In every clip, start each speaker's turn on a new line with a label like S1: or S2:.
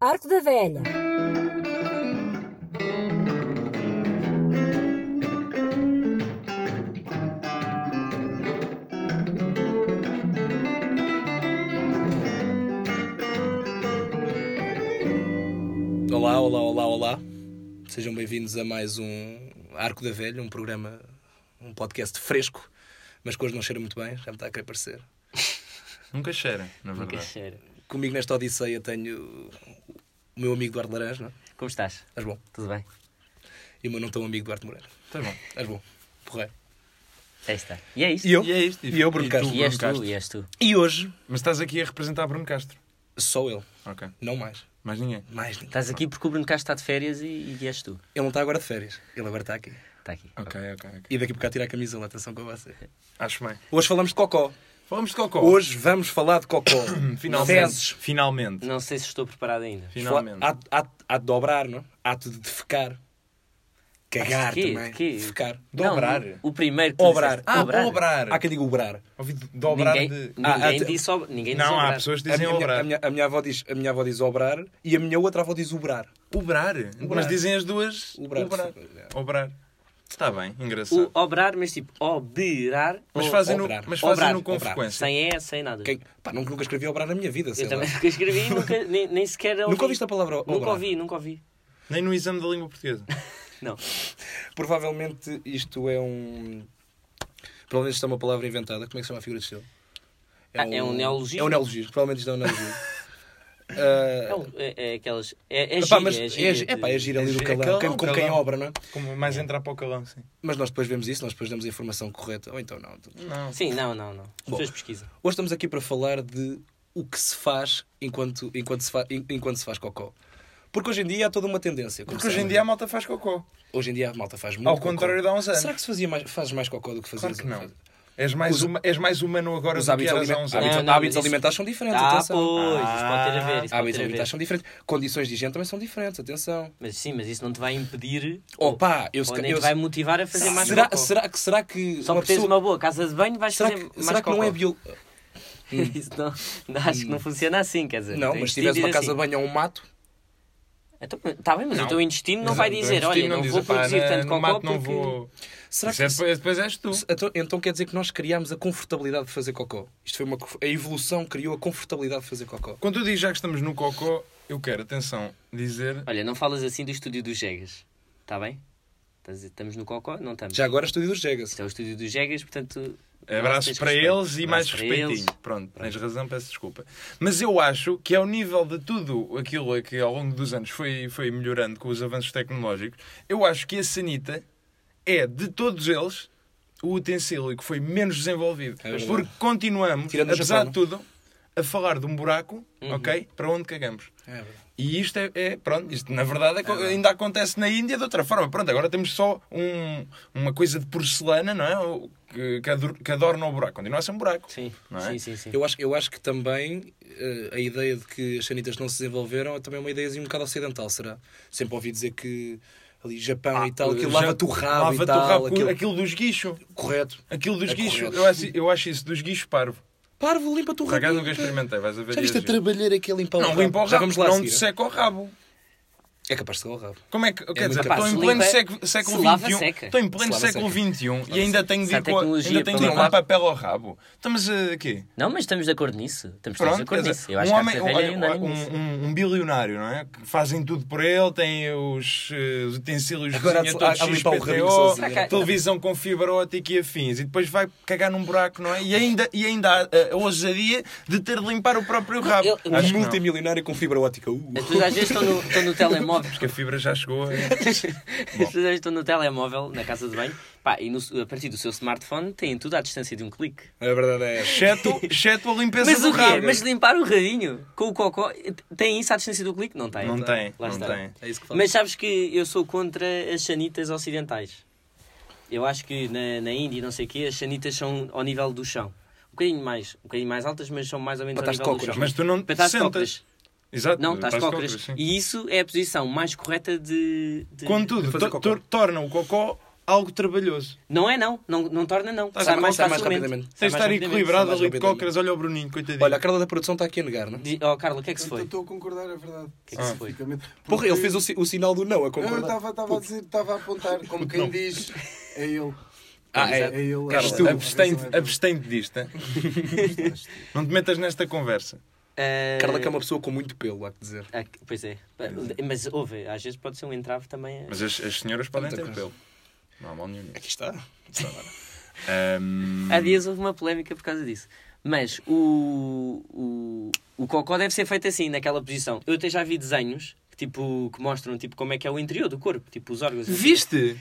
S1: Arco da Velha.
S2: Olá, olá, olá, olá. Sejam bem-vindos a mais um Arco da Velha, um programa, um podcast fresco, mas que hoje não cheira muito bem, já me está a querer parecer.
S3: Nunca cheira, na
S4: Nunca
S3: É verdade.
S4: cheiro.
S2: Comigo nesta Odisseia tenho o meu amigo Eduardo Laranja,
S4: Como estás?
S2: estás bom?
S4: Tudo bem?
S2: E o meu não tão amigo Eduardo Moreira,
S3: Tá bom.
S2: estás bom? Porra.
S4: Aí está. E é isto.
S2: E eu?
S3: E é isto.
S2: E eu, Bruno
S3: tu,
S2: Castro.
S4: E és tu,
S3: Castro.
S4: e é- és tu.
S2: E hoje,
S3: Mas estás aqui a representar Bruno Castro.
S2: só ele,
S3: Ok.
S2: não mais.
S3: Mais ninguém.
S2: Mais ninguém.
S4: Estás aqui porque o Bruno Castro está de férias e, e és tu.
S2: Ele não está agora de férias, ele agora está aqui.
S4: Está aqui.
S3: Ok, ok, ok.
S2: E daqui a bocado tirar a camisola, atenção com você.
S3: Acho bem.
S2: Hoje falamos de cocó.
S3: Falamos de Cocó.
S2: Hoje vamos falar de cocó.
S3: Finalmente.
S2: Fezes.
S3: Finalmente.
S4: Não sei se estou preparado ainda.
S3: Finalmente.
S2: Ato, ato- ato de dobrar, não? Ato de defecar. Cagar
S4: Mas de quê?
S2: também.
S4: De quê?
S2: Defecar.
S3: Dobrar.
S4: Não, o primeiro que tu
S2: Obrar.
S4: disseste.
S3: Ah,
S4: obrar.
S3: obrar.
S2: Há quem diga obrar.
S3: Ouvi dobrar
S4: ninguém
S3: de...
S2: Ah,
S4: ninguém
S2: até-
S4: disse ob- Ninguém diz
S3: Não, há
S4: obrar.
S3: pessoas que
S2: A
S3: dizem
S2: minha, a,
S3: obrar.
S2: minha, a minha avó diz, a minha avó diz obrar e a minha outra avó diz obrar.
S3: Obrar. Mas dizem as duas
S2: Obrar. é.
S3: obrar. Obrar. Está bem, engraçado.
S4: O obrar, mas tipo, obrar.
S3: Mas
S4: ou-
S3: fazem-no
S2: obrar.
S3: mas fazem-no
S4: Obrar.
S3: com
S2: Obrar.
S3: frequência.
S4: Sem E, sem nada.
S2: Quem, pá, nunca, nunca escrevi obrar na minha vida, é sei
S4: Eu
S2: lá.
S4: também nunca escrevi, nunca, nem, nem sequer. Ouvi.
S2: Nunca ouviste a palavra obrar?
S4: Nunca ouvi, nunca ouvi.
S3: Nem no exame da língua portuguesa.
S4: Não.
S2: Provavelmente isto é um. Provavelmente isto é uma palavra inventada. Como é que se chama a figura de estilo?
S4: Ah, é um neologismo?
S2: É um neologismo. Provavelmente isto é um neologismo.
S4: É,
S2: Ah,
S4: um- é- é aquelas. É, é
S2: epá,
S4: gíria,
S2: mas
S4: é
S2: é,
S4: gíria
S2: gi-
S4: de-
S2: epá, é gira ali
S3: é
S2: do
S3: gi- é
S2: calão,
S3: calão,
S2: quem- com quem
S3: calão.
S2: obra, não é?
S3: Como mais entrar para o calão, sim.
S2: Mas nós depois vemos isso, nós depois damos a informação correta. Ou então não.
S3: Não.
S4: Sim, não, não, não. As
S2: Bom.
S4: pessoas pesquisam.
S2: Hoje estamos aqui para falar de o que se faz enquanto, enquanto, se, fa, en- enquanto se faz cocó. Porque hoje em dia há toda uma tendência. como
S3: Porque hoje em
S2: sabem.
S3: dia a malta faz Cocó.
S2: hoje em dia a malta faz muito
S3: Ao
S2: cocó.
S3: contrário de há uns anos.
S2: Será que se fazia mais, fazes mais cocó do que fazias
S3: Claro que não.
S2: antes?
S3: És mais,
S2: Os-
S3: uma, és mais humano agora
S2: Os
S3: do que
S2: hábitos,
S3: eras há
S2: aliment- hábitos-
S3: uns anos.
S4: Não, não, mas
S2: hábitos
S4: isso-
S2: alimentares são diferentes,
S4: Ah,
S2: atenção.
S4: pois, isso pode ter a ver. Isso pode
S2: hábitos
S4: ter a ver.
S2: alimentares são diferentes. Condições de higiene também são diferentes, atenção.
S4: Mas sim, mas isso não te vai impedir.
S2: Opa, Oh, eu se
S4: ou
S2: ca-
S4: nem
S2: eu
S4: te
S2: se- Ah,
S4: vai motivar a fazer mais
S2: será,
S4: cocó.
S2: será, que- será que
S4: Só
S2: uma
S4: por teres
S2: pessoa...
S4: uma boa casa de banho vais
S2: será
S4: fazer
S2: que,
S4: mais
S2: será que não
S4: cocó.
S2: é bio...
S4: Isso não, não, acho que não funciona assim, quer dizer.
S2: Não,
S4: tens
S2: mas se
S4: de
S2: tiveres
S4: dizer
S2: uma casa de
S4: assim.
S2: banho ou um mato,
S4: Está bem, assim. Então, mas
S3: Não.
S4: o teu intestino não
S3: Exato,
S4: vai
S3: o teu
S4: dizer, olha,
S3: intestino
S4: não,
S3: diz,
S4: vou
S3: "Epá,
S4: produzir
S3: na-
S4: tanto
S3: no
S4: cocó
S3: mato
S4: porque...
S3: não vou...
S2: será
S3: Isso
S2: que...
S3: é depois, depois és tu.
S2: Se- Então, então quer dizer que nós criámos a confortabilidade de fazer cocó. Isto foi uma co- a evolução criou a confortabilidade de fazer cocó.
S3: Quando tu dizes já que estamos no Cocó, eu quero, atenção, dizer...
S4: Olha, não falas assim do estúdio dos Jegas, está bem? Estás a dizer, Estamos no cocó? Não estamos.
S2: Já agora estúdio dos Jegas.
S4: Isto é o estúdio dos Jegas, portanto...
S3: Abraços
S4: É, tens
S3: para
S4: respeito.
S3: eles e mais
S4: Abraço para eles.
S3: respeitinho. Pronto, tens razão, peço desculpa. Mas eu acho que ao nível de tudo aquilo que ao longo dos anos foi, foi melhorando com os avanços tecnológicos, eu acho que a sanita é, de todos eles, o utensílio que foi menos desenvolvido.
S2: É verdade.
S3: porque continuamos,
S2: Tirando o
S3: apesar
S2: Japão.
S3: de tudo, a falar de um buraco, ok? Para onde cagamos.
S2: É verdade.
S3: E isto é, é- pronto, isto na verdade
S4: É
S3: aco- ainda acontece na Índia de outra forma. Pronto, agora temos só um- uma coisa de porcelana, não é? O- Que, que ador- que adorna o buraco. Continua a ser um buraco.
S4: Sim,
S3: Não é?
S4: sim, sim, sim.
S2: Eu acho, eu acho que também eh, a ideia de que as sanitas não se desenvolveram é também uma ideia assim, um bocado ocidental, será? Sempre ouvi dizer que ali Japão e tal, aquilo
S3: Já-
S2: lava-te o rabo
S3: Ah, lava-te
S2: e
S3: o
S2: tal,
S3: rabo,
S2: aquilo-
S3: aquilo dos guichos.
S2: correto.
S3: Aquilo dos
S2: É
S3: guichos.
S2: correto.
S3: Eu acho, eu acho isso, dos guichos parvo.
S2: Parvo, limpa-te o
S3: Por
S2: rabo.
S3: acaso nunca experimentei, vais a ver.
S2: Já viste a
S3: dias.
S2: trabalhar aqui a limpar o
S3: Não
S2: rabo?
S3: limpa o
S2: Já
S3: rabo,
S2: vamos lá a
S3: não
S2: seguir.
S3: te seca o rabo.
S2: É capaz de ser o rabo.
S3: Como é que. quer
S2: muito
S3: dizer,
S2: capaz.
S3: estou em
S4: Se
S3: pleno
S4: limpa-
S3: século, século
S4: se lava,
S3: XXI.
S4: seca.
S3: Estou em pleno
S2: Se lava,
S3: século
S2: seca. é
S3: XXI e ainda tenho de
S4: Se há
S3: ir com a- ainda tenho
S4: tecnologia
S3: de
S4: para
S3: ir com a
S4: limpar.
S3: papel ao rabo. Então, eh, Estamos aqui.
S4: Não, mas estamos de acordo nisso. Estamos todos de
S3: Pronto, quer
S4: acordo
S3: dizer,
S4: nisso. Eu acho
S3: um,
S4: que
S3: homem,
S4: a
S3: um,
S4: velha é
S3: olha,
S4: unânime nisso.
S3: um, um- um bilionário, não é? Que fazem tudo por ele, tem os eh, utensílios
S2: Agora
S3: de cozinha
S2: há- há-
S3: todos
S2: há limpar o rabinho
S3: XPTO,
S2: sozinho.
S3: Saca- televisão com fibra ótica e afins, e depois vai cagar num buraco, não é? E ainda, e ainda há eh, a ousadia de ter de limpar o próprio rabo.
S4: eu-
S3: Acho que não,
S2: Multimilionário com fibra ótica. Uh.
S4: As pessoas às vezes estão no, estão no telemóvel.
S3: porque a fibra já chegou. eh.
S4: As pessoas às vezes estão no telemóvel, na casa de banho, pá, e no- a partir do seu smartphone têm tudo à distância de um clique.
S2: A verdade é essa.
S3: Exceto, exceto a limpeza
S4: Mas
S3: do
S4: o quê?
S3: rabo.
S4: Mas limpar o radinho com o cocó, tem isso à distância do clique? Não tem.
S3: Não
S4: então.
S3: tem,
S4: Lá
S3: não
S4: está.
S3: tem.
S2: É isso que falo.
S4: Mas sabes que eu sou contra as sanitas ocidentais. Eu acho que na, na Índia e não sei o quê, as sanitas são ao nível do chão. Um bocadinho mais, um bocadinho mais altas, mas são mais ou menos
S2: Para
S4: ao
S2: estar de
S4: nível do
S2: cócoras,
S4: chão.
S3: Mas tu não
S4: Para
S3: te
S4: estar de
S3: sentas.
S4: cócoras.
S3: Exato,
S4: Não, estás de
S3: estás de
S4: cócoras.
S3: cócoras, sim.
S4: E isso é a posição mais correta de... de-
S3: Contudo,
S2: fazer
S3: to-
S2: cocó.
S3: to- torna o cocó algo trabalhoso.
S4: Não é não, não, não torna não.
S2: Tá,
S4: sai
S2: tá,
S4: mais
S2: sai mais
S4: facilmente.
S2: rapidamente.
S4: Sai
S3: Tens de
S4: mais
S3: estar
S4: rapidamente.
S3: equilibrado
S2: mais
S3: ali de
S2: rapidamente.
S3: cócaras, olha o Bruninho, coitadinho.
S2: Olha, a Carla da produção está aqui a negar, não?
S4: Di- Oh, Carla, o que é que se
S2: Então
S1: Eu
S4: foi?
S1: estou a concordar, é verdade.
S4: que é que se foi?
S1: Especificamente.
S2: Porra, ele fez o, si- o sinal do não a
S1: Eu
S2: concordar.
S1: estava estava a dizer, estava a apontar, como quem diz, é ele.
S2: Ah, é.
S1: é ele.
S2: Carla,
S1: é
S3: Tu
S1: ele.
S3: abstém-te abstém disto, hein? não te metas nesta conversa.
S4: Eh,
S2: Carla que é uma pessoa com muito pelo, há que dizer.
S4: ah, Pois é. Mas ouve, às vezes pode ser um entrave também.
S3: Mas as, as senhoras podem
S2: Tanta
S3: ter
S2: coisa.
S3: pelo. Não há mal nenhum. nisso.
S2: Aqui está.
S3: Ahm,
S4: Há dias houve uma polémica por causa disso. Mas o, o, o cocó deve ser feito assim, naquela posição. Eu até já vi desenhos que, tipo, que mostram tipo, como é que é o interior do corpo, tipo os órgãos.
S3: Viste?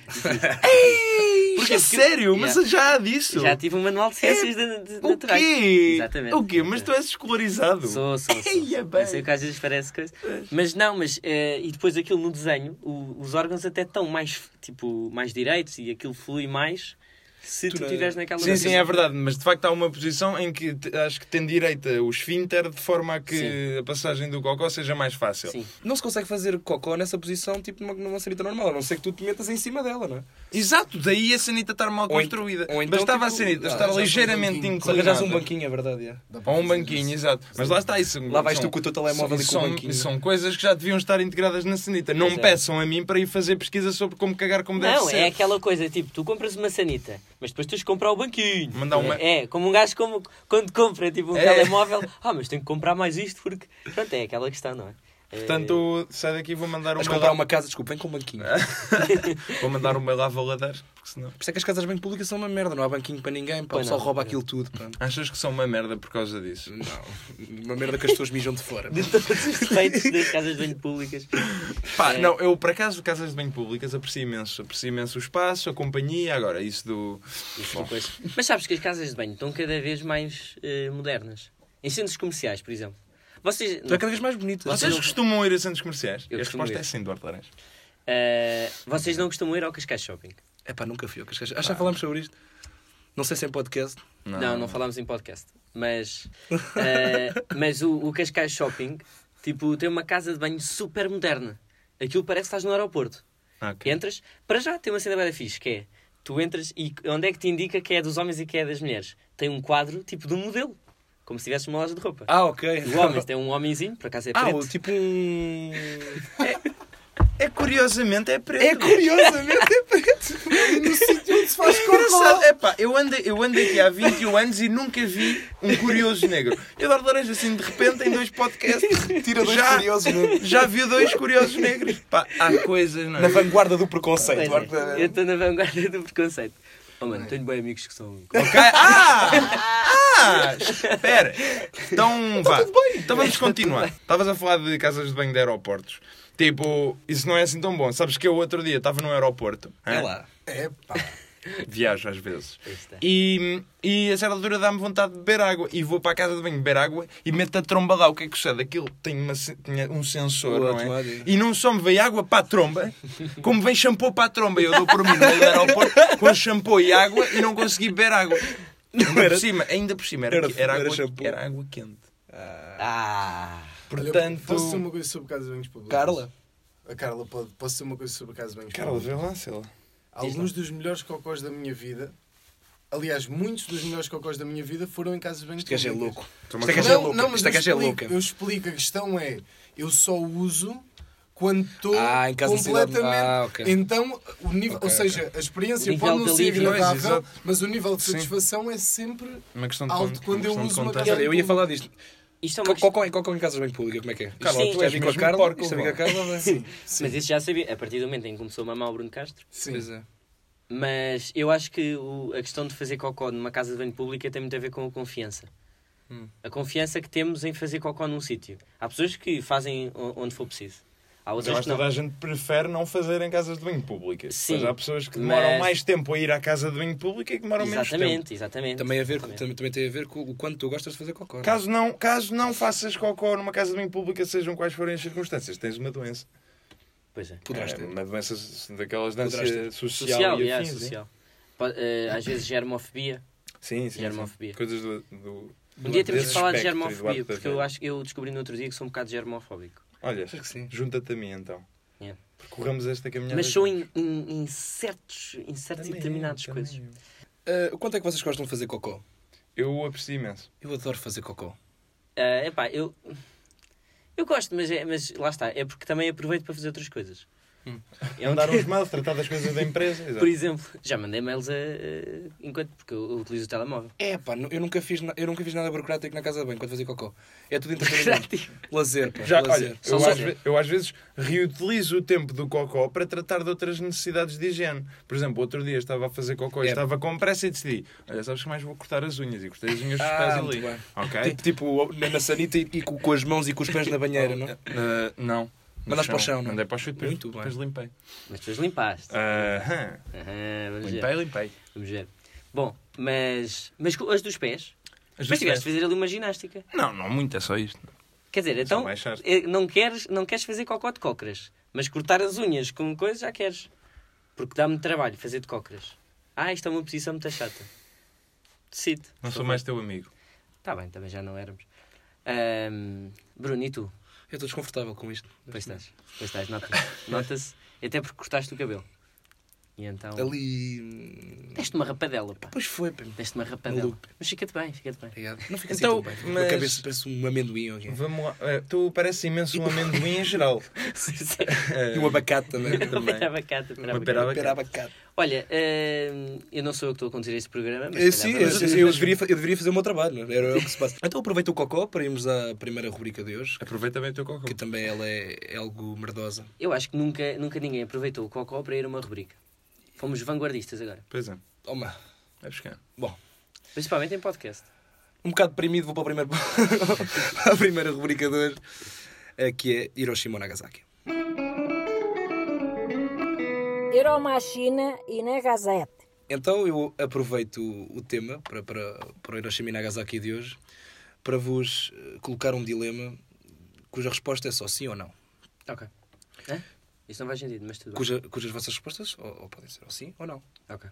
S3: Ei!
S4: Porque-
S3: é sério? Mas
S4: Yeah.
S3: já há disso?
S4: Já tive um manual de ciências de, de
S3: O
S4: naturais.
S3: quê?
S4: Exatamente.
S3: O quê? Mas tu és escolarizado.
S4: Sou, sou, sou.
S3: Eia, bem.
S4: Eu sei que às vezes parece coisa. Mas não, mas. eh, e depois aquilo no desenho, o- os órgãos até estão mais, tipo, mais direitos e aquilo flui mais se
S2: Tu
S4: tu
S2: não-
S4: estiveres naquela
S3: Sim, sim, é verdade, mas de facto há uma posição em que te- acho que tem direito o esfíncter de forma a que
S4: Sim.
S3: a passagem do cocó seja mais fácil.
S4: Sim.
S2: Não se consegue fazer cocó nessa posição, tipo numa, numa sanita normal, a não ser que tu te metas em cima dela, não é?
S3: Exato, daí a sanita estar mal
S2: Ou en-
S3: construída.
S2: ou então,
S3: Bastava
S2: tipo,
S3: a sanita
S2: ah,
S3: estar
S1: arranjas um
S3: ligeiramente
S1: banquinho.
S2: Se arranjas
S3: inclinada.
S2: um banquinho, é verdade, é.
S1: Dá para
S3: Ou um
S1: fazer
S3: banquinho,
S1: isso.
S3: exato. Mas lá está isso.
S2: Lá vais
S3: são-
S2: tu com o teu telemóvel e com o
S3: são,
S2: banquinho.
S3: são coisas que já deviam estar integradas na sanita. Não
S4: Pois é.
S3: peçam a mim para ir fazer pesquisa sobre como cagar como deve
S4: Não,
S3: ser.
S4: é aquela coisa, tipo, tu compras uma sanita, mas depois tens de comprar o banquinho.
S3: Mandar uma-
S4: É, é, como um gajo como, quando compra, tipo, um
S3: É.
S4: telemóvel, ah, mas tenho que comprar mais isto porque... Pronto, é aquela questão, não é? É,
S3: Portanto, sai daqui e vou mandar
S2: Vais
S3: uma,
S2: comprar uma casa, desculpa, vem com um banquinho.
S3: vou mandar uma lá valadeiro, porque senão.
S2: Por isso é que as casas bem públicas são uma merda, não há banquinho para ninguém, pá, o
S4: Pois
S2: pessoal
S4: não.
S2: rouba aquilo tudo. Pá.
S3: Achas que são uma merda por causa disso?
S2: Não, uma merda que as pessoas mijam de fora.
S4: Eh, De todos os defeitos das casas de banho públicas.
S3: Pá,
S4: É.
S3: não, eu por acaso casas de banho públicas aprecio imenso. Aprecio imenso o espaço, a companhia, agora isso do.
S4: Isso é coisa. Mas sabes que as casas de banho estão cada vez mais eh, modernas. Em centros comerciais, por exemplo. Vocês...
S2: Tu é cada vez mais bonito.
S3: Vocês costumam ir a centros comerciais?
S4: Eu
S3: a
S4: costumo
S3: resposta
S4: ir.
S3: é sim, Duarte Laranja.
S4: eh, vocês não costumam ir ao Cascais Shopping?
S2: É pá, nunca fui eu. Acho que já falámos sobre isto. Não sei se é em podcast.
S4: Não, não, falámos em podcast. Mas, eh, mas o, o Cascais Shopping tipo, tem uma casa de banho super moderna. Aquilo parece que estás no aeroporto.
S3: Ah, ok.
S4: Entras, para já tem uma cena bem fixe, que é tu entras e onde é que te indica que é dos homens e que é das mulheres? Tem um quadro tipo de um modelo, como se tivesse uma loja de roupa.
S2: Ah, ok.
S4: Do homens tem um homenzinho, por acaso é
S2: Ah,
S4: preto.
S2: o tipo um.
S3: É curiosamente, é preto.
S2: É curiosamente é preto.
S1: No sítio onde se faz cocó.
S3: Engraçado, é pá, eu ando, eu ando aqui há 21 anos e nunca vi um curioso negro. Eu dar laranja assim de repente em dois podcasts.
S1: Tira dois
S3: já,
S1: curiosos, não é?
S3: já vi dois curiosos negros. Pá, há coisas, não
S2: Na
S3: é?
S2: vanguarda do
S4: Pois é,
S2: preconceito.
S4: eu estou na vanguarda do preconceito. Oh, mano, tenho bem amigos que são.
S3: Ok? Ah! Ah! Espera! Então vá. Então vamos continuar. Estavas a falar de casas de banho de aeroportos. Tipo, isso não é assim tão bom. Sabes que eu outro dia estava num aeroporto.
S2: É
S3: hã?
S2: lá.
S1: É pá.
S3: Viajo às vezes.
S4: Aí está.
S3: E, e a certa altura dá-me vontade de beber água. E vou para a casa de banho beber água e meto a tromba lá. O que é que sucede? Aquilo tem uma, se- tinha um sensor,
S2: Boa,
S3: não é?
S2: automático.
S3: E não só me veio água para a tromba, como vem shampoo para a tromba. Eu dou por mim no meio do aeroporto com shampoo e água e não consegui beber água. ainda,
S2: era-
S3: por cima, ainda por cima, era,
S2: era-
S3: que- era
S2: era
S3: água,
S2: shampoo.
S3: era água quente.
S4: Ah!
S1: Olha,
S3: Portanto...
S1: posso dizer uma coisa sobre casas de banhos públicos?
S2: Carla.
S1: A Carla, pode, posso dizer uma coisa sobre casas de banhos
S3: Carla,
S1: públicos?
S3: vê lá, sei lá.
S1: Alguns dos melhores cocós da minha vida, aliás, muitos dos melhores cocós da minha vida foram em casas de banhos
S2: Isto é que é
S1: públicas.
S2: louco. Isto é que é
S1: Não,
S2: louco.
S1: não, mas
S2: Isto é que é
S1: eu
S2: louca.
S1: explico, Eu explico, a questão é, eu só uso quando estou
S2: Ah, em casa de cidade.
S1: completamente.
S2: Ah, ok.
S1: Então, o nível,
S2: Ok,
S1: ou seja, a experiência
S4: O nível
S1: pode não
S4: de
S1: ser
S4: alívio.
S3: Pois,
S1: agradável,
S3: exato.
S1: mas o nível de
S3: Sim.
S1: satisfação é sempre
S3: Uma questão de
S1: alto
S3: con-
S1: quando eu
S3: questão de
S1: uso uma
S3: contexto.
S1: casa de
S2: Eu ia falar disto.
S4: Isto é uma questão.
S2: Cocó em, cocó em casas bem públicas, como é que é?
S3: Carla,
S4: Sim.
S2: Isto
S3: tu
S2: é
S3: és
S2: vir com a
S3: mesmo
S2: Carla?
S3: porco,
S2: Isto é vir com a Carla?
S1: Sim, sim,
S4: Mas isso já sabia, a partir do momento em que começou a mamar o Bruno Castro.
S1: sim.
S2: Pois é.
S4: Mas eu acho que o- a questão de fazer cocó numa casa de banho pública tem muito a ver com a confiança.
S2: Hum.
S4: A confiança que temos em fazer cocó num sítio. Há pessoas que fazem o- onde for preciso. Há
S3: Mas eu
S4: outras
S3: acho que
S4: que
S3: toda
S4: não.
S3: a gente prefere não fazer em casas de banho públicas.
S4: Sim,
S3: Mas há pessoas que
S4: mas-
S3: demoram mais tempo a ir à casa de banho pública e que demoram menos tempo.
S4: Exatamente, exatamente.
S2: Também, a ver, com-
S4: exatamente.
S2: também, também tem a ver com o quanto tu gostas de fazer cocó. não é?
S3: Caso não, caso não faças cocó numa casa de banho pública, sejam quais forem as circunstâncias, tens uma doença.
S4: Pois é.
S2: Poderás
S3: É,
S2: ter.
S3: uma doença s- daquelas
S2: Poderás
S3: doenças social,
S4: Social,
S3: e
S4: yeah,
S3: afins, né? hein?
S4: social. Pode- eh, às vezes germofobia.
S3: Sim, sim, sim.
S4: Germofobia.
S3: Coisas do... do-
S4: Um dia temos
S3: desse
S4: de falar de
S3: espectro,
S4: germofobia,
S3: Eduardo
S4: porque eu
S3: Pavel.
S4: acho que eu descobri no outro dia que sou um bocado germofóbico.
S3: Olha,
S2: Acho que sim.
S3: junta-te a mim então.
S4: Yeah.
S3: Percorremos esta caminhada.
S4: Mas são em, em, em certos, em certos
S2: Também
S4: e
S2: eu,
S4: determinadas
S2: também
S4: coisas.
S2: Ah, quanto é que vocês gostam de fazer cocó?
S3: Eu aprecio imenso.
S2: Eu adoro fazer cocó.
S4: Ah, epá, eu. Eu gosto, mas, é- mas lá está. É porque também aproveito para fazer outras coisas.
S2: Hum.
S4: É um-
S3: Mandar uns mails, tratar das coisas da empresa. exato.
S4: Por exemplo, já mandei mails a, a- enquanto. porque eu, eu utilizo o telemóvel.
S2: É pá, nu- eu nunca fiz, na- eu nunca fiz nada burocrático na casa de banho quando fazia cocó. É tudo entretenimento. Lazer, pá.
S3: Já,
S2: lazer. tipo,
S3: olha,
S4: Só
S3: eu
S4: lazer.
S3: às, ve- eu às vezes reutilizo o tempo do cocó para tratar de outras necessidades de higiene. Por exemplo, outro dia estava a fazer cocó e
S2: É.
S3: estava com pressa e decidi: Olha, sabes que mais vou cortar as unhas e cortei as unhas dos
S2: Ah,
S3: pés
S2: muito
S3: ali.
S2: bem.
S3: Ok?
S2: Tipo, tipo, na, na sanita e, e com, com as mãos e com os pés na banheira, não? é?
S3: Ah, não. No
S2: Mandaste para o chão, não? é?
S3: Mandei para o chão e depois,
S2: Muito bem. Ah,
S3: depois limpei.
S4: Mas depois limpaste.
S3: Aham.
S4: Aham, vamos
S3: Limpei,
S4: ver.
S3: limpei.
S4: Vamos ver. Bom, mas. Mas co- as dos pés.
S3: As
S4: Mas
S3: duas
S4: tiveste de
S3: coisas.
S4: fazer ali uma ginástica.
S3: é- Não, não muito, é só isto.
S4: Quer dizer, então.
S3: mais chato.
S4: eh, Não queres, não queres fazer cocó de cócoras. Mas cortar as unhas com coisa já queres. Porque dá-me trabalho fazer de cócoras. Ah, isto é uma posição muito chata. Decido.
S3: Não sou mais teu amigo.
S4: Está Tá bem, também já não éramos. Ahm, Bruno, e tu?
S2: Eu estou desconfortável com isto.
S4: Pois estás, pois estás, nota-se. Nota-se, até porque cortaste o cabelo. E então.
S2: Ali. hum,
S4: Deste uma rapadela, pá.
S2: Pois foi, pá.
S4: Deste uma rapadela.
S2: Maluco.
S4: Mas fica-te bem, fica-te bem.
S2: Obrigado. Não fica
S3: Então,
S2: assim tão bem.
S3: mas-
S2: Mas... A cabeça parece um amendoim ou alguém.
S3: Vamos lá. Eh, tu parece imenso um amendoim em geral.
S2: E um abacate também.
S3: Também.
S4: Uma perabacata,
S3: Uma
S4: perabacata.
S3: perabacata.
S2: Pera, abacate.
S4: Olha, ahm, eu não sou eu que estou a conduzir este programa, mas.
S2: Eu, É,
S4: se
S2: sim, eu,
S4: calhar vamos-
S2: eu- eu deveria, fa- eu deveria fazer o meu trabalho, não é? era o que se passa. Então aproveito o cocó para irmos à primeira rubrica de hoje,
S3: Eh, Aproveita bem o teu cocô.
S2: que também ela é, é algo merdosa.
S4: Eu acho que nunca, nunca ninguém aproveitou o Cocó para ir a uma rubrica. Fomos vanguardistas agora.
S3: Pois é,
S2: Toma.
S3: vai buscar.
S2: Bom,
S4: Principalmente em podcast.
S2: um bocado deprimido, vou para a primeira, para a primeira rubrica de hoje, eh, que é Hiroshima ou Nagasaki.
S5: Euromachina e Nagasete.
S2: Então eu aproveito o o tema para, para, para o Hiroshima e Nagasaki de hoje para vos eh, colocar um dilema cuja resposta é só sim ou não.
S4: Ok. Hã? Isto não faz sentido, mas tudo bem.
S2: Cuja- cujas vossas respostas ou, ou podem ser ou sim ou não.
S4: Ok.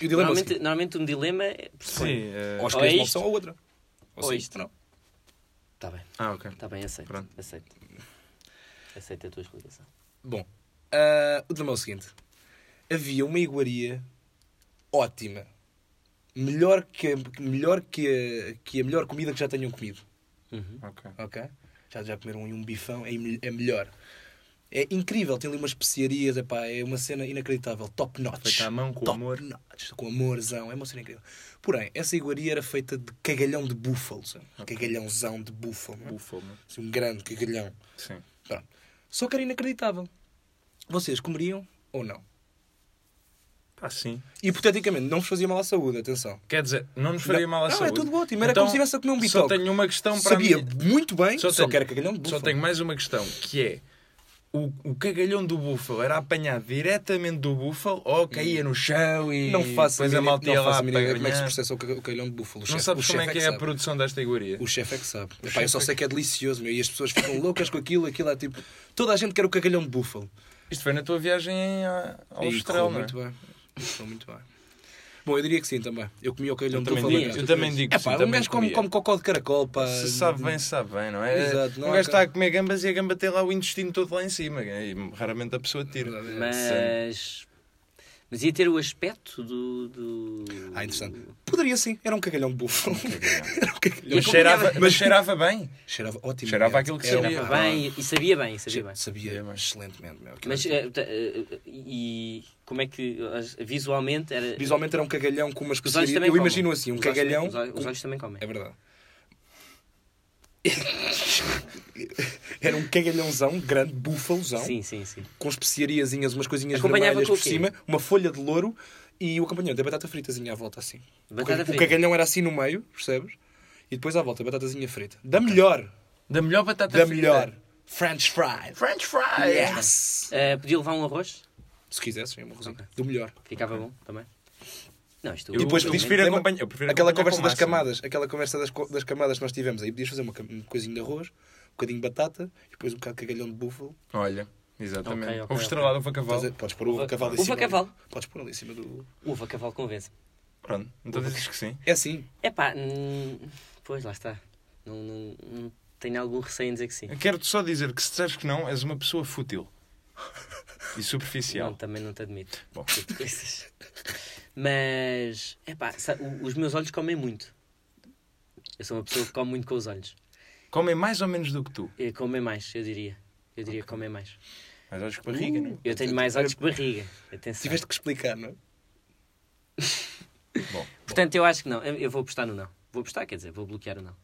S2: E o dilema é o
S4: Normalmente,
S2: seguinte,
S4: normalmente um dilema é.
S3: Sim.
S2: ou
S3: eh,
S4: Ou
S2: escolhes
S4: é
S2: uma
S4: isto?
S2: opção ou outra.
S4: Ou
S2: sim,
S4: isto.
S2: não.
S4: Está Tá bem.
S3: Ah, ok.
S2: tá.
S4: Está bem, aceito.
S3: Pronto.
S4: Aceito. Aceito a tua explicação.
S2: Bom, ah, o dilema é o seguinte. Havia uma iguaria ótima, melhor que, a- melhor que, a, que a melhor comida que já tenham comido,
S3: Ok.
S2: ok? Já, já comeram um bifão, é, mel- é melhor. É incrível, tem ali umas especiarias, epá, é uma cena inacreditável, top notch.
S3: Feita à mão, com
S2: top
S3: amor.
S2: notch, com amorzão, é uma cena incrível. Porém, essa iguaria era feita de cagalhão de búfalo, sabe? cagalhãozão de búfalo. não é?
S3: Búfalo. não é?
S2: Assim, um grande cagalhão.
S3: Sim.
S2: Pronto. Só que era inacreditável. Vocês comeriam ou não?
S3: Pá, sim.
S2: Hipoteticamente, não vos fazia mal à saúde, atenção.
S3: Quer dizer, não nos faria
S2: Não.
S3: mal a
S2: Não, é
S3: saúde. Então,
S2: tudo ótimo, era como se estivesse a comer um
S3: Só
S2: bitoque.
S3: tenho uma questão para
S2: Sabia
S3: mim.
S2: muito bem, só,
S3: tenho-
S2: que era cagalhão de búfalo.
S3: Só tenho mais uma questão, que é... O, o cagalhão do búfalo era apanhado diretamente do búfalo ou caía no chão e
S2: Não faço a
S3: depois a
S2: mínima,
S3: malta ia
S2: não
S3: lá
S2: faço a mínima ideia como é que se
S3: apanhar?
S2: processa o ca- o cagalhão de búfalo. O
S3: Não
S2: chefe-
S3: sabes
S2: o
S3: como é
S2: chefe
S3: que é
S2: sabe.
S3: a produção desta iguaria?
S2: O chefe é que sabe. Epá,
S3: chefe
S2: eu só
S3: é
S2: sei que é delicioso, meu, e as pessoas ficam loucas com aquilo, aquilo é tipo... Toda a gente quer o cagalhão de búfalo.
S3: Isto foi na tua viagem a- ao
S2: E correu
S3: Austral, não é?
S2: muito bem. Correu muito bem. Bom, eu diria que sim também. Eu comi o cagalhão
S3: Eu
S2: de
S3: também
S2: búfalo.
S3: digo- eu também digo
S2: É
S3: que
S2: pá,
S3: sim,
S2: um
S3: também
S2: gajo come,
S3: comia.
S2: come cocó de caracol, pá.
S3: Se sabe bem, sabe bem, não é?
S2: Exato, não
S3: um
S2: há
S3: gajo
S2: ca-
S3: está a comer gambas e a gamba tem lá o intestino todo lá em cima. E raramente a pessoa tira.
S2: Verdade,
S4: Mas. Mas ia ter o aspecto do. do...
S2: Ah, interessante. Poderia sim, era um cagalhão de búfalo. era um cagalhão.
S3: Mas cheirava, mas cheirava bem.
S2: Cheirava ótimo.
S3: Cheirava aquilo que
S2: Era-
S4: Cheirava bem e sabia bem, sabia bem.
S2: Sabia
S3: Sabia,
S2: excelentemente, meu. Aquilo
S4: Mas
S2: era-
S4: eh, ta- eh, eh, e como é que as- visualmente era.
S2: Visualmente era um cagalhão com umas
S4: eh, Os olhos
S2: especiaria.
S4: também
S2: Eu
S4: comem.
S2: imagino assim, um
S4: Os olhos
S2: cagalhão.
S4: também- Os olhos,
S2: com-
S4: os olhos também comem.
S2: É verdade. era um cagalhãozão, grande, búfalozão,
S4: Sim, sim, sim.
S2: com especiariazinhas, umas coisinhas
S4: Acompanhava
S2: vermelhas
S4: com o
S2: por
S4: quê?
S2: cima, uma folha de louro e o acompanhamento da batata fritazinha à volta assim.
S4: Batata
S2: o,
S4: frita.
S2: O cagalhão era assim no meio, percebes? E depois à volta, batatazinha frita. Da melhor!
S3: Da melhor batata
S2: da
S3: frita.
S2: melhor. French fries.
S3: French fries.
S2: Yes!
S4: Eh, podia levar um arroz,
S2: Se quisesse, é uma coisa.
S4: Ok.
S2: Do melhor.
S4: ficava bom também. Não, isto.
S2: E depois
S3: eu
S2: podias
S3: prefiro
S2: lembra-
S3: acompanhar- eu prefiro
S2: aquela
S3: acompanhar
S2: conversa
S3: com
S2: das
S3: massa.
S2: camadas, aquela conversa das, co- das camadas que nós tivemos aí, podias fazer uma, ca- um coisinho de arroz, um bocadinho de batata e depois um bocado de cagalhão de búfalo.
S3: Olha, exatamente.
S4: Ok, ok,
S3: Houve estrelado, houve a cavalo.
S2: Fazer- podes pôr o
S4: Uva-
S2: cavalo em
S4: uva
S2: cima.
S4: cavalo.
S2: Podes pôr ali em cima do.
S4: Uva cavalo convence.
S3: Pronto, então dizes que sim.
S2: É assim.
S4: É pá. Hum, pois, lá está. Não, não, não Tenho algum receio em dizer que sim.
S2: É
S3: Quero-te só dizer que se disseres que não, és uma pessoa fútil e
S4: Não,
S3: superficial.
S4: também não te admito.
S3: Bom.
S4: Tipo coisas. Mas, epá, sa- o- os meus olhos comem muito. Eu sou uma pessoa que come muito com os olhos.
S3: Comem mais ou menos do que tu.
S4: E comem mais, eu diria. Eu diria que comem mais.
S3: Mas olhos que barriga, não? é?
S4: Eu tenho mais olhos que barriga. Atenção.
S2: Tiveste que explicar, não é?
S3: Bom,
S4: Portanto, eu acho que não. Eu, eu vou apostar no não. Vou apostar, quer dizer, vou bloquear o não.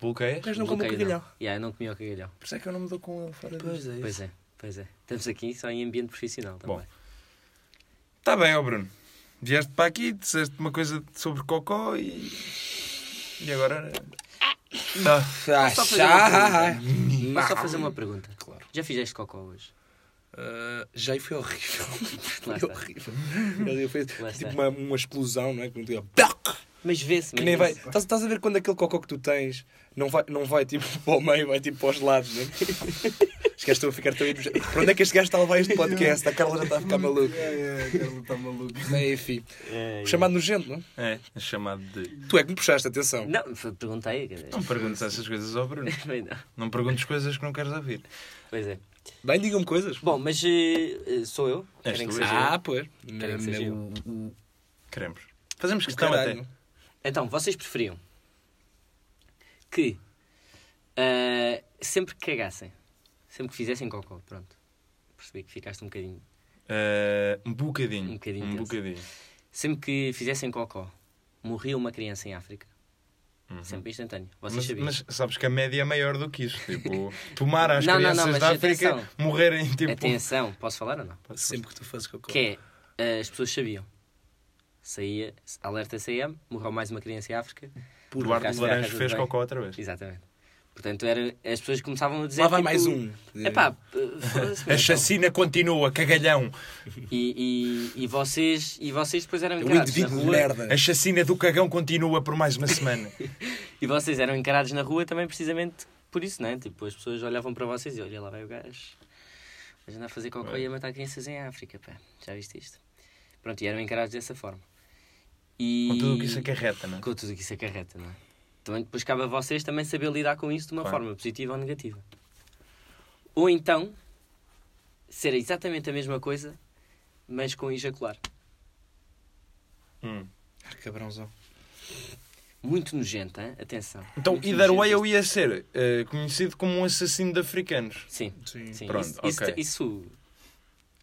S3: bloqueias?
S2: O gajo não come o
S4: Bloqueio o
S2: cagalhão.
S4: não. Yeah, eu não comi o cagalhão.
S2: Por isso é que eu não me dou com ele fora disso.
S4: Pois é, pois é. Estamos aqui só em ambiente profissional também.
S3: Bom. Está Tá bem, ó Bruno. Vieste para aqui, disseste uma coisa sobre cocó e. E agora. Tá.
S2: Ah,
S4: Posso só fazer
S2: já,
S4: uma
S2: ah, ah.
S4: Posso só fazer uma pergunta?
S2: Claro.
S4: Já fizeste cocó hoje?
S2: Ah, já e foi horrível.
S4: Lá
S2: Foi
S4: está.
S2: horrível. Ele fez
S4: Lá está.
S2: tipo uma, uma explosão, não é? Que não tinha-
S4: Mas vê-se,
S2: Que
S4: mas
S2: nem vai.
S4: vê-se.
S2: Estás, estás a ver quando aquele cocó que tu tens não vai, não vai tipo para o meio, vai tipo para os lados, não é? Os gajos estão a ficar tão. Para onde é que este gajo está a levar este podcast? A Carla já está a ficar maluca.
S1: É, Carlos está maluco.
S2: É, enfim.
S4: É, é.
S2: Chamado nojento, não é?
S3: É, é chamado de.
S2: Tu é que me puxaste, atenção.
S4: Não, foi- perguntei. quer dizer.
S3: Não perguntes essas coisas ao Bruno.
S4: Também não.
S3: Não perguntes coisas que não queres ouvir.
S4: Pois é.
S2: Bem, digam-me coisas.
S4: Bom, mas eh, eh, sou eu.
S3: És
S4: Querem
S3: tu,
S4: que
S3: és
S4: seja
S2: Ah, pois.
S4: Querem que seja um eu?
S2: O- o- o
S3: Queremos. Fazemos questão
S2: caralho.
S3: até.
S4: eu. Então, vocês preferiam que ah, sempre que cagassem, sempre que fizessem cocó, pronto. Percebi que ficaste um bocadinho.
S3: Eh, um bocadinho.
S4: Um bocadinho
S3: Um
S4: tenso.
S3: bocadinho.
S4: Sempre que fizessem cocó, morria uma criança em África. Sempre instantâneo. Vocês
S3: Mas,
S4: sabiam?
S3: mas sabes que a média é maior do que isso. Tipo, tomar às
S4: Não, não,
S3: crianças
S4: não, mas
S3: da África
S4: atenção.
S3: morrerem tipo.
S4: Atenção, posso falar ou não?
S2: Sempre que tu fazes cocó.
S4: Que é, ah, as pessoas sabiam. Saía, alerta CM, morreu mais uma criança em África.
S3: Por
S4: Por
S3: Eduardo
S4: acaso foi à
S3: Laranjo
S4: casa
S3: fez
S4: de banho.
S3: cocó outra vez.
S4: Exatamente. Portanto, era, as pessoas começavam a dizer.
S2: Lá vai
S4: tipo,
S2: mais um.
S4: Epá, p- foda-se. então."
S3: A
S4: meu,
S3: chacina continua, cagalhão.
S4: então. E, e, e, vocês, e vocês depois eram
S2: É um
S4: encarados na
S2: indivíduo de
S4: rua.
S2: merda.
S3: A chacina do cagão continua por mais uma semana.
S4: E vocês eram encarados na rua também, precisamente por isso, não é? Tipo, as pessoas olhavam para vocês e olha lá vai o gajo. Mas andar a fazer cocó e a matar crianças em África, pá. Já viste isto? Pronto, e eram encarados dessa forma. E...
S3: Com tudo o que isso acarreta, não é?
S4: Com tudo o que isso acarreta, não é? Também depois cabe a vocês também saber lidar com isso de uma
S3: Claro.
S4: forma positiva ou negativa. Ou então, ser exatamente a mesma coisa, mas com ejacular.
S3: Hum.
S2: Ah, cabrãozão.
S4: Muito nojenta, hein? atenção.
S3: Então,
S4: Muito
S3: either
S4: nojenta.
S3: way, eu ia ser eh, conhecido como um assassino de africanos.
S4: Sim,
S2: Sim.
S4: sim.
S3: Pronto,
S4: isso, isso-
S3: ok.
S4: isso-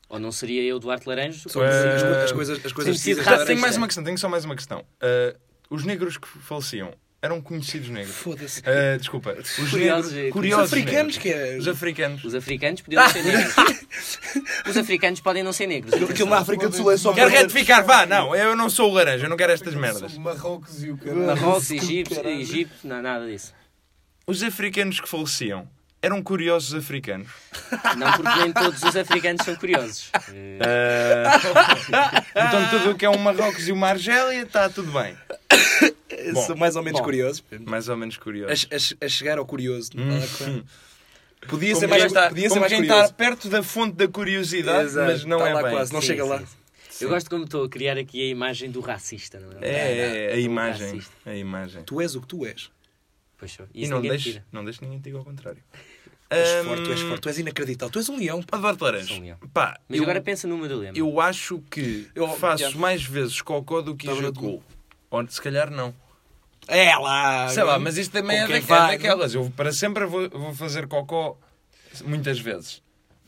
S4: Ou não seria eu, Duarte Laranjo?
S2: Só
S3: Eh,
S2: as, co- as coisas, as coisas
S4: sim, sim,
S2: precisas
S4: raça
S2: dar
S4: tem
S3: Tenho
S2: esta-
S3: mais uma questão, tenho só mais uma questão. Eh, os negros que faleciam eram conhecidos negros.
S2: Foda-se.
S3: Eh, desculpa, os
S4: Curiosos,
S3: negros-
S4: eh,
S2: Os
S3: curiosos
S2: africanos
S3: negros.
S2: que é.
S3: Os africanos.
S4: Os africanos podiam ser negros. Os africanos podem não ser negros.
S2: Aquilo
S4: atenção.
S2: na África do Sul é só.
S3: Quero retificar, vá, não, eu não sou o laranja, eu não quero estas merdas.
S1: O Marrocos e o caralho.
S4: Marrocos, Egito, Egito, não, nada disso.
S3: Os africanos que faleciam eram curiosos africanos.
S4: Não porque nem todos os africanos são curiosos. Eh,
S3: Eh, então
S2: Ah.
S3: tudo o que é um Marrocos e uma Argélia está tudo bem. Bom,
S2: Sou mais ou menos
S4: bom.
S2: curioso.
S3: Mais ou menos curioso.
S2: A, a- a chegar ao curioso. Nada com- Podia
S3: Hum. Como
S2: ser mais,
S3: quem está-
S2: podia ser
S3: como
S2: mais
S3: quem
S2: curioso.
S3: está perto da fonte da curiosidade,
S2: Exato,
S3: mas não
S2: está
S3: é
S2: lá
S3: bem.
S2: quase, não
S4: Sim,
S2: chega
S4: sim,
S2: lá.
S4: sim. Eu gosto como estou a criar aqui a imagem do racista, não é?
S3: É, é, é, a imagem.
S4: Racista.
S3: A imagem.
S2: Tu és o que tu és.
S4: Pois só.
S3: E
S4: Isso
S3: não
S4: ninguém
S3: deixes
S4: tira.
S3: não deixe ninguém te diga ao contrário.
S2: Tu és
S3: Hum,
S2: forte, tu és forte, tu és inacreditável. Tu és um leão. pá.
S3: Eduardo
S4: Sou um
S3: Laranjo,
S4: leão.
S3: pá,
S4: Mas
S3: eu,
S4: agora pensa numa dilema.
S3: eu acho que
S2: Eu-
S3: faço
S2: yeah.
S3: mais vezes cocó do que
S2: Estava na
S3: ejaculo. Ou se calhar não.
S2: É lá.
S3: Sei lá, mas isto também
S2: com
S3: é,
S2: quem
S3: daque- é
S2: vai,
S3: daquelas. Eu para sempre vou, vou fazer cocó muitas vezes.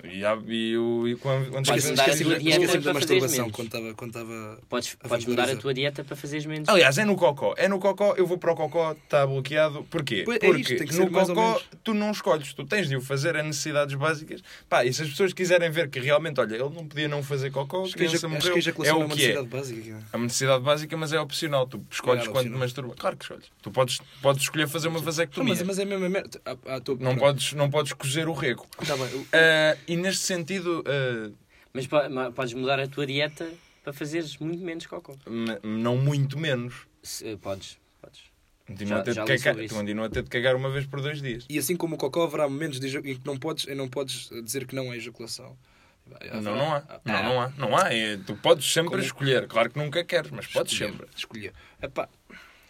S3: E, há- e, o- e quando, quando
S4: Vais
S3: às
S2: Esqueci-me
S3: vezes
S2: esqueci-me-
S3: quero
S4: mudar a tua
S3: ejacular-
S4: dieta
S2: esqueci-me da
S4: para fazeres
S2: masturbação
S4: menos.
S2: quando estava. Quando estava...
S4: Podes,
S2: A
S4: podes mudar a
S2: valorizar.
S4: tua dieta para fazeres menos.
S3: Aliás, é no cocó. É no cocó, eu vou para o cocó, está bloqueado. Porquê?
S2: Pois, é
S3: Porque
S2: isto, tem que
S3: no
S2: ser mais ou
S3: cocó
S2: menos.
S3: tu não escolhes, tu tens de o fazer a necessidades básicas. Pá, e se as pessoas quiserem ver que realmente, olha, ele não podia não fazer cocó, a
S2: Acho que a
S3: criança
S2: ejac- acho que
S3: morreu,
S2: a
S3: é
S2: ejaculação é
S3: o
S2: uma
S3: que é.
S2: necessidade básica.
S3: É uma necessidade básica, mas é opcional. Tu escolhes
S2: Não,
S3: quando te
S2: É opcional.
S3: masturbas. Claro que escolhes. Tu podes, podes escolher fazer uma
S2: Não,
S3: vasectomia.
S2: mas, mas é mesmo a merda. Ah, ah, tô-
S3: Não,
S2: pronto.
S3: podes, não podes cozer o rego.
S2: Tá bem. eu-
S3: Ah, e neste sentido, ah,
S4: Mas po- ma- podes mudar a tua dieta para fazeres muito menos cocô.
S3: m- não muito menos.
S4: Se- eh, Podes, podes.
S3: Continua,
S4: Já-
S3: a ter
S4: já
S3: de
S4: li
S3: cagar,
S4: sobre isso.
S3: continua a ter de cagar uma vez por dois dias.
S2: E assim como o cocó, haverá momentos de eja- em que não podes, em não podes dizer que não há ejaculação. Haverá-
S3: Não, não há. Não,
S2: Ah,
S3: não há. Não há. É, tu podes sempre
S2: Como-
S3: escolher. Claro que nunca queres, mas podes
S2: escolher,
S3: sempre.
S2: Escolher. Epá,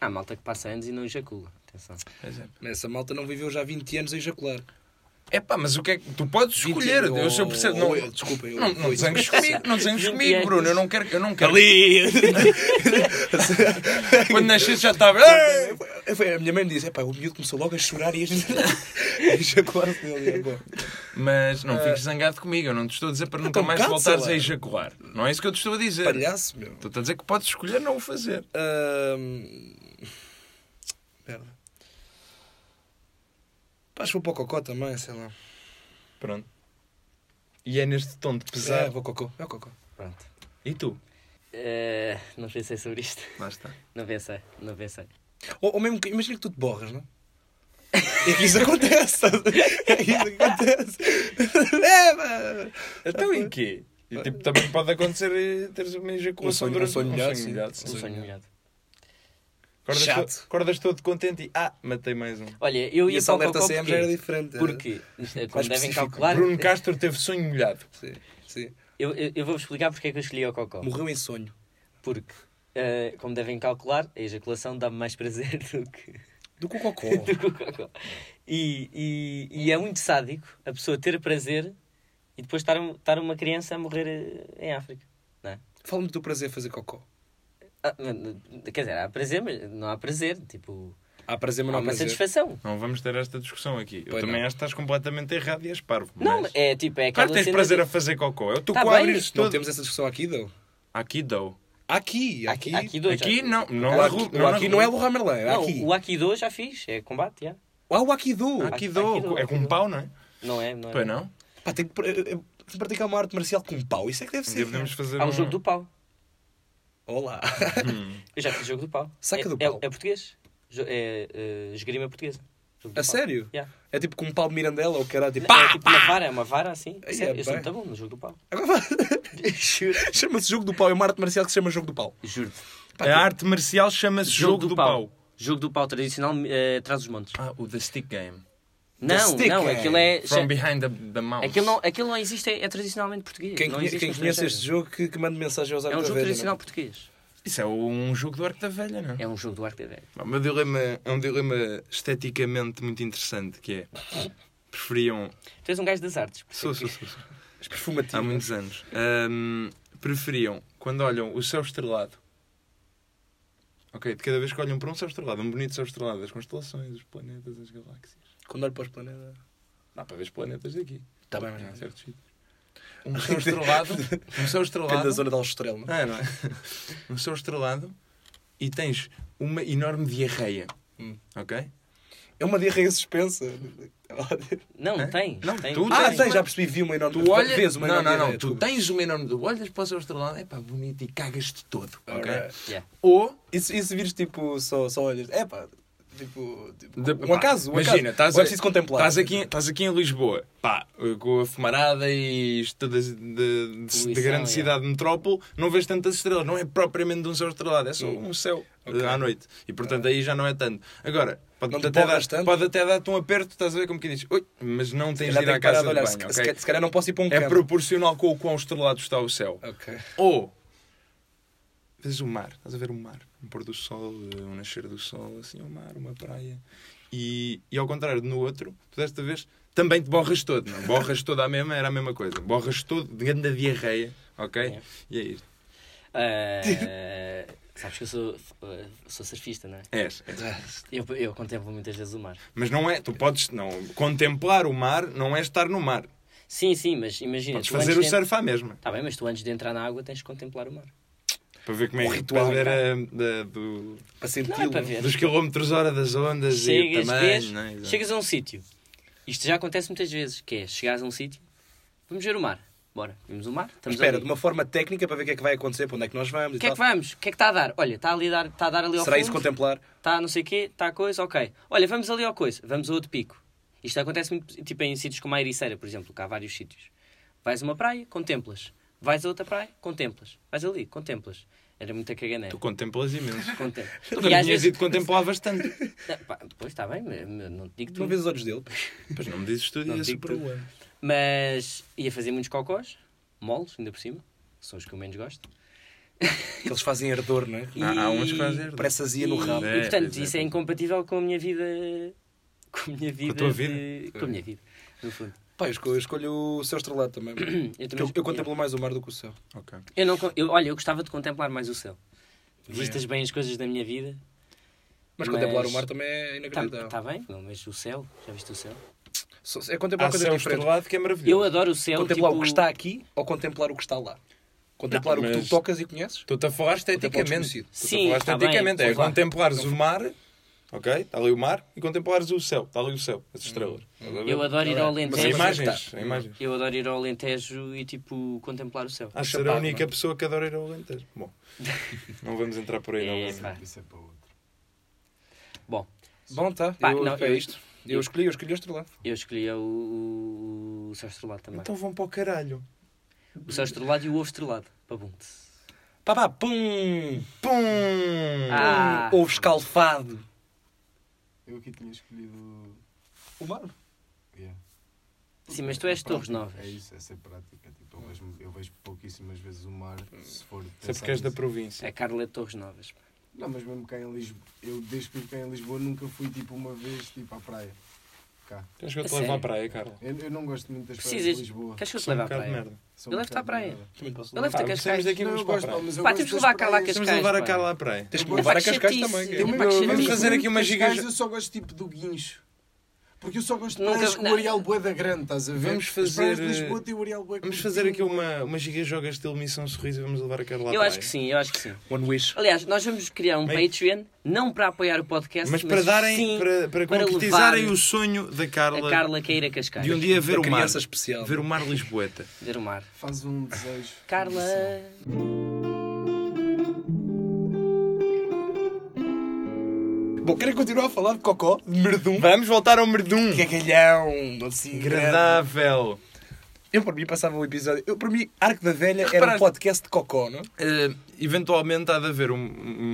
S4: Há malta que passa anos e não ejacula. Atenção.
S3: Pois é.
S2: Mas Essa malta não viveu já 20 anos a ejacular.
S3: É pá, mas o que é que. Tu podes escolher,
S2: 20
S3: eu, eu percebo.
S2: ou-
S3: Não,
S2: ou- desculpa, eu.
S3: não, não
S2: eu-
S3: desenhas comigo, não desenhas comigo, Bruno. Eu não quero. Eu não quero.
S2: Ali!
S3: Quando nasceste já estava. "Ei!"
S2: Foi- a minha mãe me disse: "Epá, o miúdo começou logo a chorar e a gente- a ejacular-se nele. E, pô,
S3: Mas não fiques zangado comigo, eu não te estou a dizer para nunca
S2: Então
S3: mais
S2: cancela.
S3: voltares a ejacular. Não é isso que eu te estou a dizer.
S2: Palhaço, meu.
S3: Estou-te a dizer que podes escolher não o fazer.
S2: Ahm, Merda. Pá, acho que vou para o cocó também, sei lá.
S3: Pronto. E é neste tom de
S2: É,
S3: pesar.
S2: vou cocô. É o cocô.
S4: Pronto.
S3: E tu?
S4: Eh, não pensei sobre isto.
S3: Lá está.
S4: Não pensei, não pensei.
S2: Ou, ou mesmo que, imagina que tu te borras, não? É que isso acontece. É que isso acontece. É, pá.
S3: Então e quê? E tipo, também pode acontecer eh, teres uma ejaculação
S2: Um sonho- um
S3: durante
S2: sonho molhado, sim.
S3: molhado,
S4: Um
S2: Sim.
S4: sonho molhado.
S3: Acordas
S2: Chato.
S3: todo- Acordas todo contente e ah, matei mais um.
S4: Olha, eu
S2: E
S4: ia
S2: esse
S4: para o
S2: alerta
S4: Cocó
S2: CM já era
S4: porquê?
S2: diferente. era-
S4: Porque, eh, como
S2: Mais
S4: devem
S2: específico.
S4: calcular, eh,
S3: Bruno Castro teve sonho molhado.
S2: Sim, sim.
S4: eu, eu, eu vou-vos explicar porque é que eu escolhi o Cocó.
S2: Morreu em sonho.
S4: Porque, eh, como devem calcular, a ejaculação dá-me mais prazer do que,
S2: Do que o cocó.
S4: do que o Cocó. E, e, e é muito sádico a pessoa ter prazer e depois estar, um- estar uma criança a morrer eh, em África. Não é?
S2: Fala-me do prazer de fazer cocó.
S4: Ah, mas, quer dizer, há prazer, mas não há prazer. Tipo,
S2: Há prazer,
S4: há
S2: mas não há
S4: uma
S2: prazer.
S4: satisfação.
S3: Não vamos ter esta discussão aqui. Eu
S2: Pois
S3: também
S2: não.
S3: acho que estás completamente errado e és parvo.
S4: Não,
S3: mas-
S4: é tipo, é aquela
S3: Claro que tens
S4: cena
S3: prazer
S4: de-
S3: a fazer cocô. Eu tu
S4: Tá
S3: quase
S4: bem.
S3: abres
S2: Não
S3: todo.
S2: temos essa discussão aqui, Dou?
S3: Aqui dou.
S2: Aqui, aqui.
S4: Aqui, dois,
S3: Aqui
S4: já-
S3: não. Não,
S2: O
S3: na
S2: aqui,
S3: rua-
S2: o
S3: na
S2: aqui
S3: rua.
S2: não é o Hammerlan, é
S4: Não,
S2: aqui.
S4: o Akido já fiz, é combate, já.
S2: Ah, o Akido.
S3: Aqui
S4: Aqui dou.
S3: dou. É com um pau, não é?
S4: Não é? Não é.
S3: Pois não.
S2: Pá, tem que, pra- eh, eh, tem que praticar uma arte marcial com um pau. Isso é que deve
S3: Um
S2: ser.
S3: dia podemos fazer
S4: Há
S3: um-
S4: um jogo do pau.
S2: Olá.
S4: Eu já fiz jogo do pau.
S2: Saca
S4: é,
S2: do
S4: é-
S2: pau.
S4: É, português. Jo- é eh, esgrima portuguesa. Jogo do
S2: A
S4: pau.
S2: sério?
S4: Yeah.
S2: É tipo com um pau de Mirandela ou caralho. Tipo,
S4: é
S2: pá,
S4: tipo uma vara, é uma vara assim.
S2: Aí
S4: Sério,
S2: é
S4: eu sou
S2: bem.
S4: muito bom no jogo do pau.
S2: Agora-
S4: Juro.
S2: tipo- Chama-se Jogo do Pau. É uma arte marcial que se chama Jogo do Pau.
S4: Juro.
S2: Pá,
S3: A arte marcial chama-se Jogo, do, pau.
S4: Jogo do pau tradicional eh, traz os montes.
S3: Ah, o The Stick Game.
S4: não,
S2: stick
S4: não,
S2: game.
S4: aquilo é.
S3: From behind the, the mouse.
S4: Aquilo não, aquilo não existe, é, é tradicionalmente português.
S2: Quem,
S4: não
S2: conhe-
S4: existe
S2: quem
S4: no
S2: conhece este
S4: estrangeiro.
S2: jogo que, que né? manda mensagem aos
S4: É um
S2: árbitros
S4: jogo
S2: da velha,
S4: tradicional
S2: não
S4: português.
S3: Isso é um jogo do Arco da Velha, não
S4: É um jogo do Arte Velho.
S3: O meu dilema é um dilema esteticamente muito interessante, que é... Preferiam...
S4: Tu és um gajo das artes. por isso
S3: Sou,
S4: é que-
S3: sou, sou, sou.
S2: é? Os perfumativos.
S3: Há muitos anos. Ahm, preferiam, quando olham o céu estrelado... Ok, de cada vez que olham para um céu estrelado, um bonito céu estrelado, as constelações, os planetas, as galáxias...
S2: Quando olho para os planetas.
S3: Dá para ver os planetas daqui.
S2: Tá bem,
S3: Há
S2: mas.
S3: certos sítios. É Um céu estrelado... Um céu
S2: Depende da
S3: estrelado...
S2: zona da Austrela. não é?
S3: Ah, não é? Um céu estrelado e tens uma enorme diarreia.
S2: Hum.
S3: Ok?
S2: É uma diarreia suspensa.
S4: Não,
S3: Hã?
S4: tem.
S3: Não,
S4: tem.
S3: tu
S2: Ah,
S3: tens
S2: tem, já percebi, vi uma enorme.
S3: Tu olhas.
S2: Vês uma
S3: não,
S2: enorme
S3: não, não.
S2: diarreia,
S3: Tu
S2: desculpa.
S3: tens uma enorme. Tu olhas para o céu estrelado, é pá, bonito e cagas-te todo. Ok?
S2: Alright.
S4: Yeah.
S3: Ou.
S2: E se, e se vires tipo só, só olhas, é pá, tipo, tipo
S3: de-
S2: um
S3: pá,
S2: acaso, um acaso.
S3: imagina, estás
S2: Ou é
S3: a-
S2: preciso contemplar.
S3: Estás aqui, estás aqui em Lisboa, pá, com a fumarada e isto tudo de, de, de- de
S4: Poluição,
S3: grande
S4: é.
S3: cidade de metrópole, não vês tantas estrelas, não é propriamente de um céu estrelado, é só um céu
S2: Ok.
S3: eh, à noite. E portanto aí já não é tanto. Agora, pode,
S2: Não te
S3: até,
S2: borras
S3: dar,
S2: tanto?
S3: pode até dar-te um aperto, estás a ver como que dizes, ui, mas não
S2: Se
S3: tens de
S2: calhar
S3: ir
S2: tenho
S3: à
S2: que parar
S3: casa
S2: de
S3: de
S2: olhar, se,
S3: banho,
S2: se
S3: ok?
S2: calhar- se calhar não posso ir para um
S3: É
S2: canto.
S3: proporcional com o quão estrelado está o céu.
S2: Ok.
S3: Ou vês o mar, estás a ver o mar, um pôr do sol, eh, um nascer do sol, assim, o mar, uma praia. E, e ao contrário de no outro, tu desta vez também te borras todo, não? é? Borras todo à mesma, era a mesma coisa. Borras todo de grande diarreia, ok?
S4: É.
S3: E é isto.
S4: Ah, sabes que eu sou, eh, sou surfista, não é?
S3: És, és.
S4: Eu, eu contemplo muitas vezes o mar.
S3: Mas não é, tu podes, não, contemplar o mar não é estar no mar.
S4: Sim, sim, mas imagina.
S3: Podes
S4: tu
S3: fazer
S4: antes
S3: o
S4: de-
S3: surf à mesma,
S4: Tá bem, mas tu antes de entrar na água tens de contemplar o mar.
S3: para ver como é
S2: O
S3: que
S2: ritual,
S3: para ver a- da- do-
S2: Para sentir
S4: Não é para ver.
S3: dos quilómetros hora das ondas e o
S4: Chegas, vês,
S3: tamanho, não é? Exato.
S4: chegas a um sítio. Isto já acontece muitas vezes, que é chegares a um sítio, vamos ver o mar. Bora, vimos o mar, estamos
S2: Espera,
S4: ali.
S2: de uma forma técnica para ver o que é que vai acontecer, para onde é que nós vamos
S4: O
S2: e
S4: que é que
S2: tal.
S4: vamos? O que é que está a dar? Olha, está ali a dar, está a dar ali ao
S2: Será isso
S4: fundo.
S2: contemplar?
S4: Está Tá, não sei o quê, está a coisa, ok. Olha, vamos ali ao coisa, vamos a outro pico. Isto acontece muito, tipo em sítios como a Ericeira, por exemplo, que há vários sítios. Vais a uma praia, contemplas. Vais a outra praia, contemplas. Vais ali, contemplas. Era muita caganeira.
S3: Tu contemplas imenso.
S4: Contemplas.
S3: Tu
S4: E
S3: também
S4: às
S3: tinhas
S4: vezes-
S3: ido contemplar bastante.
S4: Não, pá, Pois está bem, mas- mas não te digo
S2: Tu não
S4: tudo.
S2: vês os olhos dele?
S3: Pois não me dizes tudo
S2: Não
S3: e esse é o
S2: digo tudo.
S3: problema.
S4: Mas ia fazer muitos cocós, moles, ainda por cima, que são os que eu menos gosto.
S2: que eles fazem ardor, não é?
S4: E-
S3: Há, há uns que fazem.
S2: Parece azia no
S4: e-
S2: rabo.
S4: E, portanto,
S3: pois é,
S4: isso é
S3: pois é.
S4: incompatível com a minha vida. Com a minha vida.
S3: tua
S4: de- com a minha vida, no fundo.
S2: Pá, eu escolho, eu escolho o céu estrelado também.
S4: Eu,
S2: Porque
S4: também
S2: Eu, eu
S4: escolhi-
S2: contemplo mais o mar do que o céu.
S3: Ok.
S4: Eu não, con- eu, olha, eu gostava de contemplar mais o céu.
S3: Também
S4: Vistas bem as coisas da minha vida.
S2: Mas,
S4: Mas-
S2: contemplar o mar também é
S4: Está
S2: inacreditável.
S4: tá bem, não, mas o céu, já viste o céu?
S2: Só- É contemplar
S3: Há
S2: uma coisa
S3: céu
S2: diferente.
S3: estrelado que Ah, é
S4: Eu
S3: maravilhoso.
S4: adoro o céu.
S2: Contemplar
S4: tipo,
S2: o que está aqui ou contemplar o que está lá? Contemplar
S3: Não,
S2: o que
S3: mas-
S2: tu tocas e conheces?
S3: Tu te a
S2: Contemplar
S3: falar
S2: o
S3: esteticamente.
S2: desconhecido.
S3: Tu te a
S4: Sim,
S3: falar
S4: tá bem,
S3: esteticamente. É
S4: pois vá.
S3: contemplares o mar, ok? Está ali o mar, e contemplares o céu. Está ali o céu, as estrelas. Estás a ver?
S4: Hum. Eu adoro ir ao
S3: Em
S4: Alentejo.
S2: Mas-
S3: imagens, em imagens.
S4: Eu adoro ir ao Alentejo e tipo contemplar o céu.
S3: Acho que
S2: Chapado,
S3: será a única
S2: não é?
S3: pessoa que adora ir ao Alentejo. Bom, não vamos entrar por aí, não.
S4: É,
S3: vamos.
S4: pá.
S1: Isso é para outro.
S4: Bom,
S2: Bom, tá.
S4: Pá,
S2: eu,
S4: não,
S2: é
S4: eu-
S2: isto. Eu escolhi, eu escolhi o estrelado.
S4: eu escolhi o, o, o céu estrelado também.
S3: Então vão para o caralho.
S4: O céu estrelado e o ovo estrelado. Pabunte.
S2: Pá, pá, pum!
S3: Pum!
S4: Ah,
S2: Ovo escalfado.
S1: Eu aqui tinha escolhido.
S2: O mar?
S1: Yeah.
S4: sim, mas tu és
S1: É
S4: Torres
S1: prática,
S4: Novas.
S1: É isso, é ser prática. Tipo, eu, vejo, eu vejo pouquíssimas vezes o mar, se for.
S3: Sei porque és da
S1: pensar nisso.
S3: província.
S4: A Carla é de Torres Novas. pá.
S1: Não, mas mesmo cá em Lisboa, eu desde que vivo cá em Lisboa nunca fui tipo uma vez tipo à praia. Cá.
S3: Queres que eu
S4: A
S3: te leve à
S4: sério?
S3: praia, Carla?
S1: Eu, eu não gosto muito das praias
S4: Precisas-
S1: de Lisboa.
S4: Queres que eu te
S3: Sou um
S4: leve à
S3: bocado de
S4: praia?
S3: merda.
S1: Sou
S4: Eu
S1: um
S4: levo-te à
S1: bocado
S4: praia.
S1: nada.
S2: Também posso
S4: Eu
S2: levar.
S4: levo-te a
S3: Pá, saímos
S4: Cascais.
S3: Ah, daqui e vamos
S1: Não, eu
S3: para a
S1: gosto, pá,
S3: praia.
S1: mas eu
S4: Pá,
S1: gosto
S4: temos que
S1: das
S4: levar a Carla a
S1: praias.
S3: Temos
S4: Cascais.
S3: de levar a
S4: pá.
S3: Carla à praia.
S2: Tens que
S1: Eu
S2: me levar a
S4: acho
S2: Cascais
S4: chatice.
S2: também.
S4: Eu
S2: cara.
S4: me-
S1: Mas
S4: Vamos
S1: mesmo
S3: fazer
S1: muito
S3: aqui uma
S1: de
S3: giga-
S1: Cascais, Eu só gosto tipo do guincho. Porque eu só gosto de
S4: Nunca-
S1: praias com
S4: não.
S1: o areal bué da grande, estás a ver?
S3: Vamos
S1: As praias de
S3: fazer,
S1: Lisboa
S3: eh,
S1: têm o areal bué
S3: Vamos
S1: curtinho.
S3: fazer aqui um- uma, uma giga-joga estilo Missão Sorriso e vamos levar a Carla à
S4: Eu
S3: praia.
S4: acho que sim, eu acho que sim.
S2: One wish.
S4: Aliás, nós vamos criar um
S3: Bem-
S4: Patreon, não para apoiar o podcast,
S3: Mas para darem,
S4: sim
S3: para, para,
S4: para
S3: concretizarem
S4: levar
S3: o sonho da
S4: a
S3: Carla,
S4: Carla que ir a Cascais.
S3: de um dia ver
S2: Da
S3: o mar.
S2: criança especial.
S3: Ver o mar Lisboeta.
S4: Ver o mar.
S1: Faz um desejo.
S4: Carla.
S2: Bom, querem continuar a falar de cocó? De merdum?
S3: Vamos voltar ao Merdum.
S2: Cagalhão! Assim, grande.
S3: Agradável.
S2: Eu, para mim, passava o episódio. Eu, para mim, Arco da Velha era um
S3: Reparaste?
S2: podcast de cocó, não? é?
S3: Eh, eventualmente há de haver um,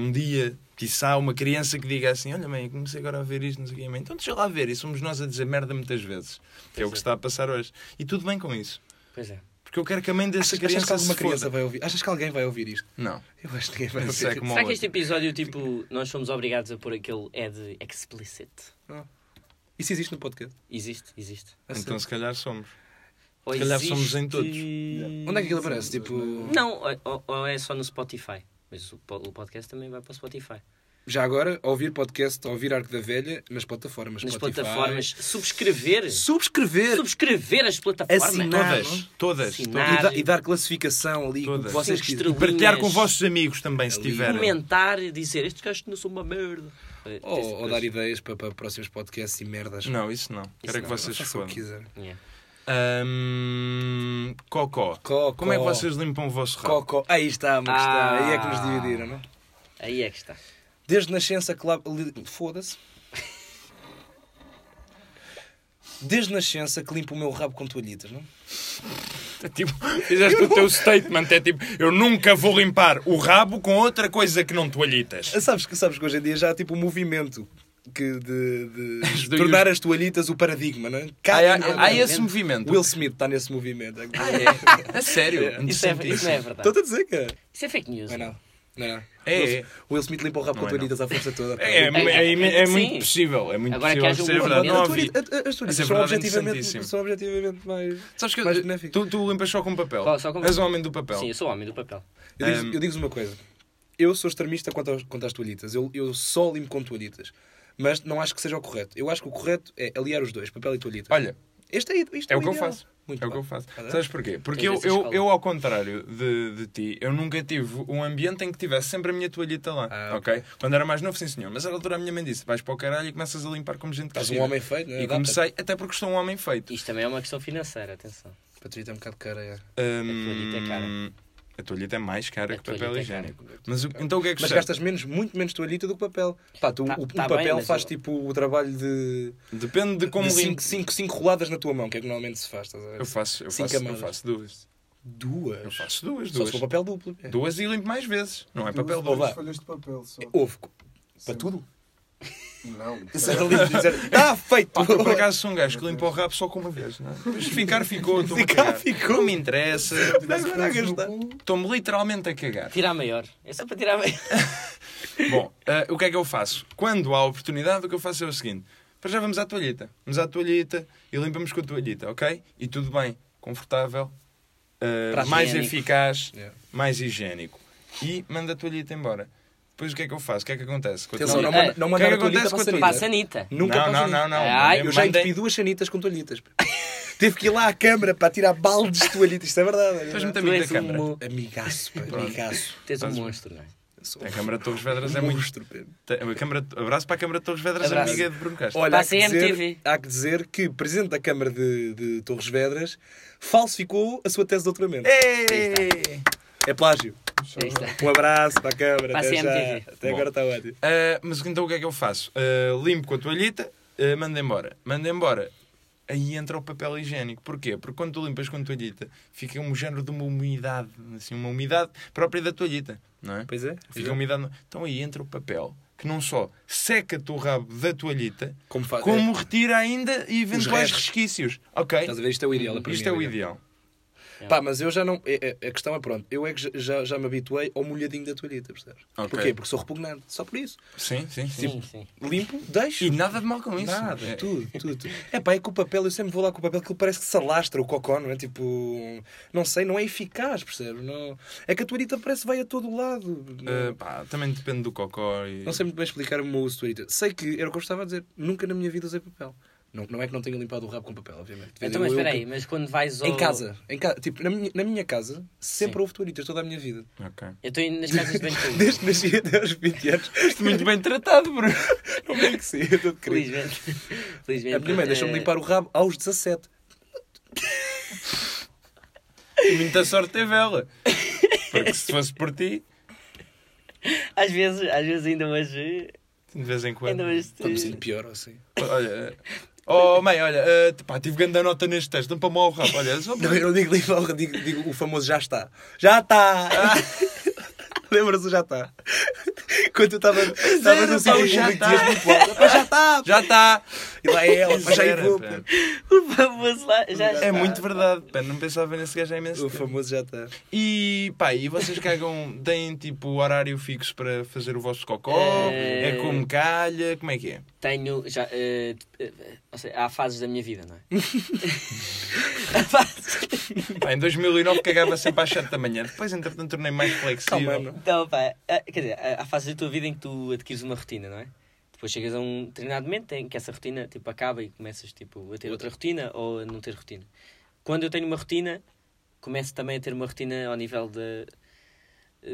S3: um dia, quiçá, uma criança que diga assim: Olha, mãe, eu comecei agora a ver isto, não sei o quê, mãe. Então deixa lá ver. E somos nós a dizer merda muitas vezes. Que é o que está a passar hoje. E tudo bem com isso.
S4: Pois é.
S3: Porque eu quero que a mãe dessa
S2: Achas que
S3: criança
S2: alguma
S3: se
S2: criança
S3: foda.
S2: vai ouvir? Achas que alguém vai ouvir isto?
S3: Não.
S2: Eu acho que ninguém vai
S3: Isso é
S2: ouvir.
S3: como-
S4: Será que este episódio, tipo, nós somos obrigados a pôr aquele é de explicit?
S2: Isso existe no podcast. Assim.
S4: Existe, existe.
S3: Então se calhar somos.
S4: Ou
S3: Se calhar somos em todos.
S2: Onde é que aquilo aparece? Tipo,
S4: Não, ou- ou, ou é só no Spotify. Mas o, po- o podcast também vai para o Spotify.
S2: já agora, ouvir podcast, ouvir Arco da Velha nas plataformas.
S4: Nas
S2: Spotify.
S4: plataformas. Subscrever.
S2: Subscrever.
S4: Subscrever
S3: É assim,
S4: as plataformas.
S2: Assinar.
S3: Todas.
S2: não?
S3: Todas.
S4: Sim,
S3: todas.
S4: não.
S2: E, dar, e dar classificação ali.
S3: Todas.
S2: que Vocês
S4: Cinco
S2: quiserem.
S3: E partilhar com vossos amigos também, se tiverem.
S4: Comentar e dizer estes gajos não são uma merda.
S2: Ou, ou dar ideias para, para próximos podcasts e merdas.
S3: Não, isso não. Quero é que
S4: não.
S3: vocês se
S2: Façam o que
S3: fodam.
S2: quiserem.
S4: Yeah.
S3: Ahm, Cocó.
S2: Cocó.
S3: Como é que vocês limpam o vosso rabo?
S2: Cocó. Aí está, mas está.
S4: Ah.
S2: Aí é que nos dividiram, não? é?
S4: Aí é que está.
S2: Desde nascença que lava. li- Foda-se. Desde nascença que limpo o meu rabo com toalhitas, não?
S3: É Tipo, fizeste o teu statement, é tipo, eu nunca vou limpar o rabo com outra coisa que não toalhitas.
S2: Sabes que, sabes que hoje em dia já há tipo um movimento que de, de
S3: Do-
S2: tornar as toalhitas o paradigma, não é? Cá
S3: Há, há-
S2: ninguém-
S3: há esse movimento.
S2: Will Smith está nesse movimento.
S3: É, é sério.
S4: Isso, é, isso não é
S3: Então
S4: verdade.
S2: Estou-te a dizer, cara.
S4: Isso é fake news.
S2: Não é nada. Não é nada.
S3: É,
S2: Will-
S3: é.
S2: Will Smith limpa o rabo
S3: Não
S2: com
S3: é
S2: toalhitas à força toda. pá.
S3: É, é, é- é- é muito
S4: Sim.
S3: possível. É muito
S4: Agora que
S3: possível
S4: haja um
S3: ser
S4: bom
S3: verdade.
S4: momento.
S3: Não
S2: A
S3: havia.
S2: toalhita- a- a- As
S3: Isso é
S2: toalhitas são
S3: verdade, é
S2: objetivamente,
S3: interessantíssimo.
S2: são objetivamente mais.
S3: Sabes que
S2: Mais
S3: eh,
S2: benéfico.
S3: tu, tu limpas só com papel.
S4: Só- só com
S3: És um
S4: papel.
S3: homem do papel.
S4: Sim, eu sou homem do papel.
S2: Eu digo-
S3: Um,
S2: eu digo-vos uma coisa. Eu sou extremista quanto, aos- quanto às toalhitas. Eu, eu só limpo com toalhitas. Mas não acho que seja o correto. Eu acho que o correto é aliar os dois, papel e toalhitas.
S3: Olha,
S2: este é, isto
S3: é
S2: é
S3: o que eu
S2: ideal.
S3: faço.
S2: Muito
S3: É o que
S2: bem.
S3: eu faço.
S2: Tá bem?
S3: Sabes porquê? Porque
S4: Tens
S3: eu,
S4: essa
S3: eu,
S4: escola.
S3: eu, ao contrário de, de ti, eu nunca tive um ambiente em que tivesse sempre a minha toalhita lá.
S2: Ah,
S3: ok? Quando era mais novo, sim senhor. Mas à altura a minha mãe disse: vais para o caralho e começas a limpar como gente que
S2: Estás um homem feito, não é?
S3: E comecei, até porque sou um homem feito.
S4: Isto também é uma questão financeira, atenção.
S2: A toalhita é um bocado cara. é.
S3: Hum,
S4: toalhita é cara.
S3: A toalhita é mais cara
S4: A
S3: que
S4: toalhita
S3: papel
S4: é
S3: higiênico. Mas o- então o que é que
S2: Mas
S3: serve?
S2: gastas menos, muito menos toalhita do que papel. Pá, tu,
S4: Tá-
S2: o,
S4: tá
S2: o
S4: bem,
S2: papel
S4: mas
S2: faz
S4: eu-
S2: tipo o trabalho de
S3: Depende de como
S2: de
S3: limpo.
S2: cinco, cinco, cinco roladas na tua mão, que é que normalmente se faz. Estás a ver?
S3: Eu faço, eu
S2: Cinco
S3: faço, eu
S2: camadas.
S3: faço duas.
S2: Duas.
S3: Eu faço duas,
S2: Só se
S3: duas.
S2: for papel duplo. É.
S3: Duas e limpo mais vezes. Não é papel
S2: Duas,
S3: duplo.
S2: vá.
S1: Folhas de papel só.
S2: Ovo. Para
S1: Sempre.
S2: tudo.
S1: Não.
S3: é
S2: Dizer ali, dizer, está Tá feito!
S3: Pá, eu por acaso sou um gajo que limpa o rabo só com uma vez, não é? Mas ficar ficou, estou-me a
S2: Ficar
S3: cagar.
S2: ficou.
S3: Não me interessa.
S2: Não, não, não, não, não.
S3: Estou-me literalmente a cagar.
S4: Tirar a maior. É só para tirar a maior.
S3: Bom, eh, o que é que eu faço? Quando há oportunidade, o que eu faço é o seguinte: para já vamos à toalhita. Vamos à toalhita e limpamos com a toalhita, ok? E tudo bem, confortável, eh,
S4: Prato
S3: mais
S4: higiênico.
S3: eficaz,
S2: Yeah.
S3: mais higiênico. E manda a toalhita embora. Depois o que é que eu faço? O que é que acontece? Com a
S2: Atenção, não,
S3: toalhita?
S2: manda-
S4: É.
S2: não
S3: O que é
S2: mandar
S3: que
S2: a toalhita
S3: acontece
S2: para a
S3: com a
S4: Para a
S2: sanita.
S4: sanita.
S2: Nunca
S3: não,
S2: para a
S3: não,
S2: sanita.
S3: não, não. É
S4: Ai,
S2: Eu já
S3: Mandem-
S2: entupi duas sanitas com toalhitas. Teve que ir lá à câmara para tirar baldes de toalhitas. Isto é verdade.
S3: Faz
S2: É
S3: muito
S4: Tu
S3: amigo da
S4: és um
S3: câmara.
S4: mo-
S2: Amigaço, pá, amigaço.
S4: Tens um monstro, não é?
S2: Sou
S3: A Câmara de Torres Vedras é
S2: um
S3: muito.
S2: monstro, pá.
S3: Tem- a Câmara- Abraço para a Câmara de Torres Vedras,
S4: Abraço.
S3: amiga de Bruno Castro.
S2: Olha, há
S4: Passa
S2: que,
S4: MTV.
S2: dizer, há que dizer que o presidente da Câmara de, de Torres Vedras falsificou a sua tese de doutoramento. É,
S3: Ei!
S2: plágio.
S4: Aí está.
S2: Um abraço para a Câmara.
S4: Para a
S2: Até, já.
S4: CMTV.
S2: Até agora está ótimo.
S3: Ah, mas então o que é que eu faço? Ah, limpo com a toalhita, ah, mando embora. Mando embora. Aí entra o papel higiênico. Porquê? Porque quando tu limpas com a toalhita, fica um género de uma umidade, assim, uma umidade própria da toalhita, não é?
S2: Pois é.
S3: Fica umidade. no- Então aí entra o papel, que não só seca-te o rabo da toalhita,
S2: Como faz-
S3: como retira ainda eventuais
S2: restos.
S3: resquícios. Ok?
S2: Estás a ver? Isto é o ideal. para
S3: Isto
S2: mim,
S3: é o ideal.
S2: Pá, mas eu já não. é- é- A questão é pronto. Eu é que já- já, já me habituei ao molhadinho da toalhita, percebes?
S3: Ok.
S2: Porquê? Porque sou repugnante. Só por isso.
S3: Sim, sim, sim.
S4: Sim, sim.
S2: Limpo, deixo.
S3: E nada de mal com isso.
S2: Nada,
S3: É-
S2: tudo, tudo, tudo. É pá, é que o papel, eu sempre vou lá com o papel, que ele parece que se alastra o cocó, não é? Tipo, não sei, não é eficaz, percebe? Não... É que a toalhita parece que vai a todo lado.
S3: Ah,
S2: Não,
S3: pá, também depende do cocó e...
S2: não sei muito bem explicar o meu uso de toalhita. Sei que, era o que eu estava a dizer, nunca na minha vida usei papel. Não, não é que não tenha limpado o rabo com papel, obviamente.
S4: Então, mas
S2: Eu- eu-
S4: espera aí, mas quando vais ao...
S2: Em casa, em casa tipo, na minha, na minha casa, sempre houve toalhitas toda a minha vida.
S3: Ok.
S4: Eu estou nas casas de banho público.
S2: Desde que nasci até aos 20 anos.
S3: Muito bem tratado, Bruno.
S2: Não é que sim, eu estou de querido.
S4: Felizmente. Felizmente.
S2: A minha mãe deixou-me
S4: eh,
S2: limpar o rabo aos 17.
S3: Muita sorte teve ela. Porque se fosse por ti,
S4: Às vezes, às vezes ainda hoje...
S3: de vez em quando.
S4: Ainda hoje...
S2: Estou-me sentindo pior, assim.
S3: Olha. Oh, mãe, olha, eh, pá, tive grande nota neste teste, não para mal o rabo. Olha, só
S2: Não,
S3: para.
S2: eu não digo livro, digo, digo o famoso já está. Já está! Lembras-te do já está? Quando eu estava estava
S3: era,
S2: no
S3: pá, o
S2: sítio
S3: já
S2: público,
S3: tá.
S2: dias muito alto. Pá, já está!
S3: Já tá. está!
S2: E lá é ela, pá, já
S3: Era,
S2: vou.
S3: pá.
S4: O famoso lá já
S3: É muito verdade, pá, não pensava nesse gajo há imenso.
S2: O
S3: tempo.
S2: famoso já está.
S3: E pá, e vocês cagam, têm tipo horário fixo para fazer o vosso cocó? É,
S4: Eh,
S3: como calha? Como é que é?
S4: Tenho já. eh, eh, ou seja, há fases da minha vida, não é? Há fases-
S3: Pá, em 2009 cagava sempre às 7 da manhã, depois entretanto tornei mais flexível.
S2: Calma, não.
S4: então, pá, eh, quer dizer, há há fases da tua vida em que tu adquires uma rotina, não é? Depois chegas a um determinado momento em que essa rotina tipo, acaba e começas tipo, a ter outra rotina ou a não ter rotina. Quando eu tenho uma rotina, começo também a ter uma rotina ao nível de,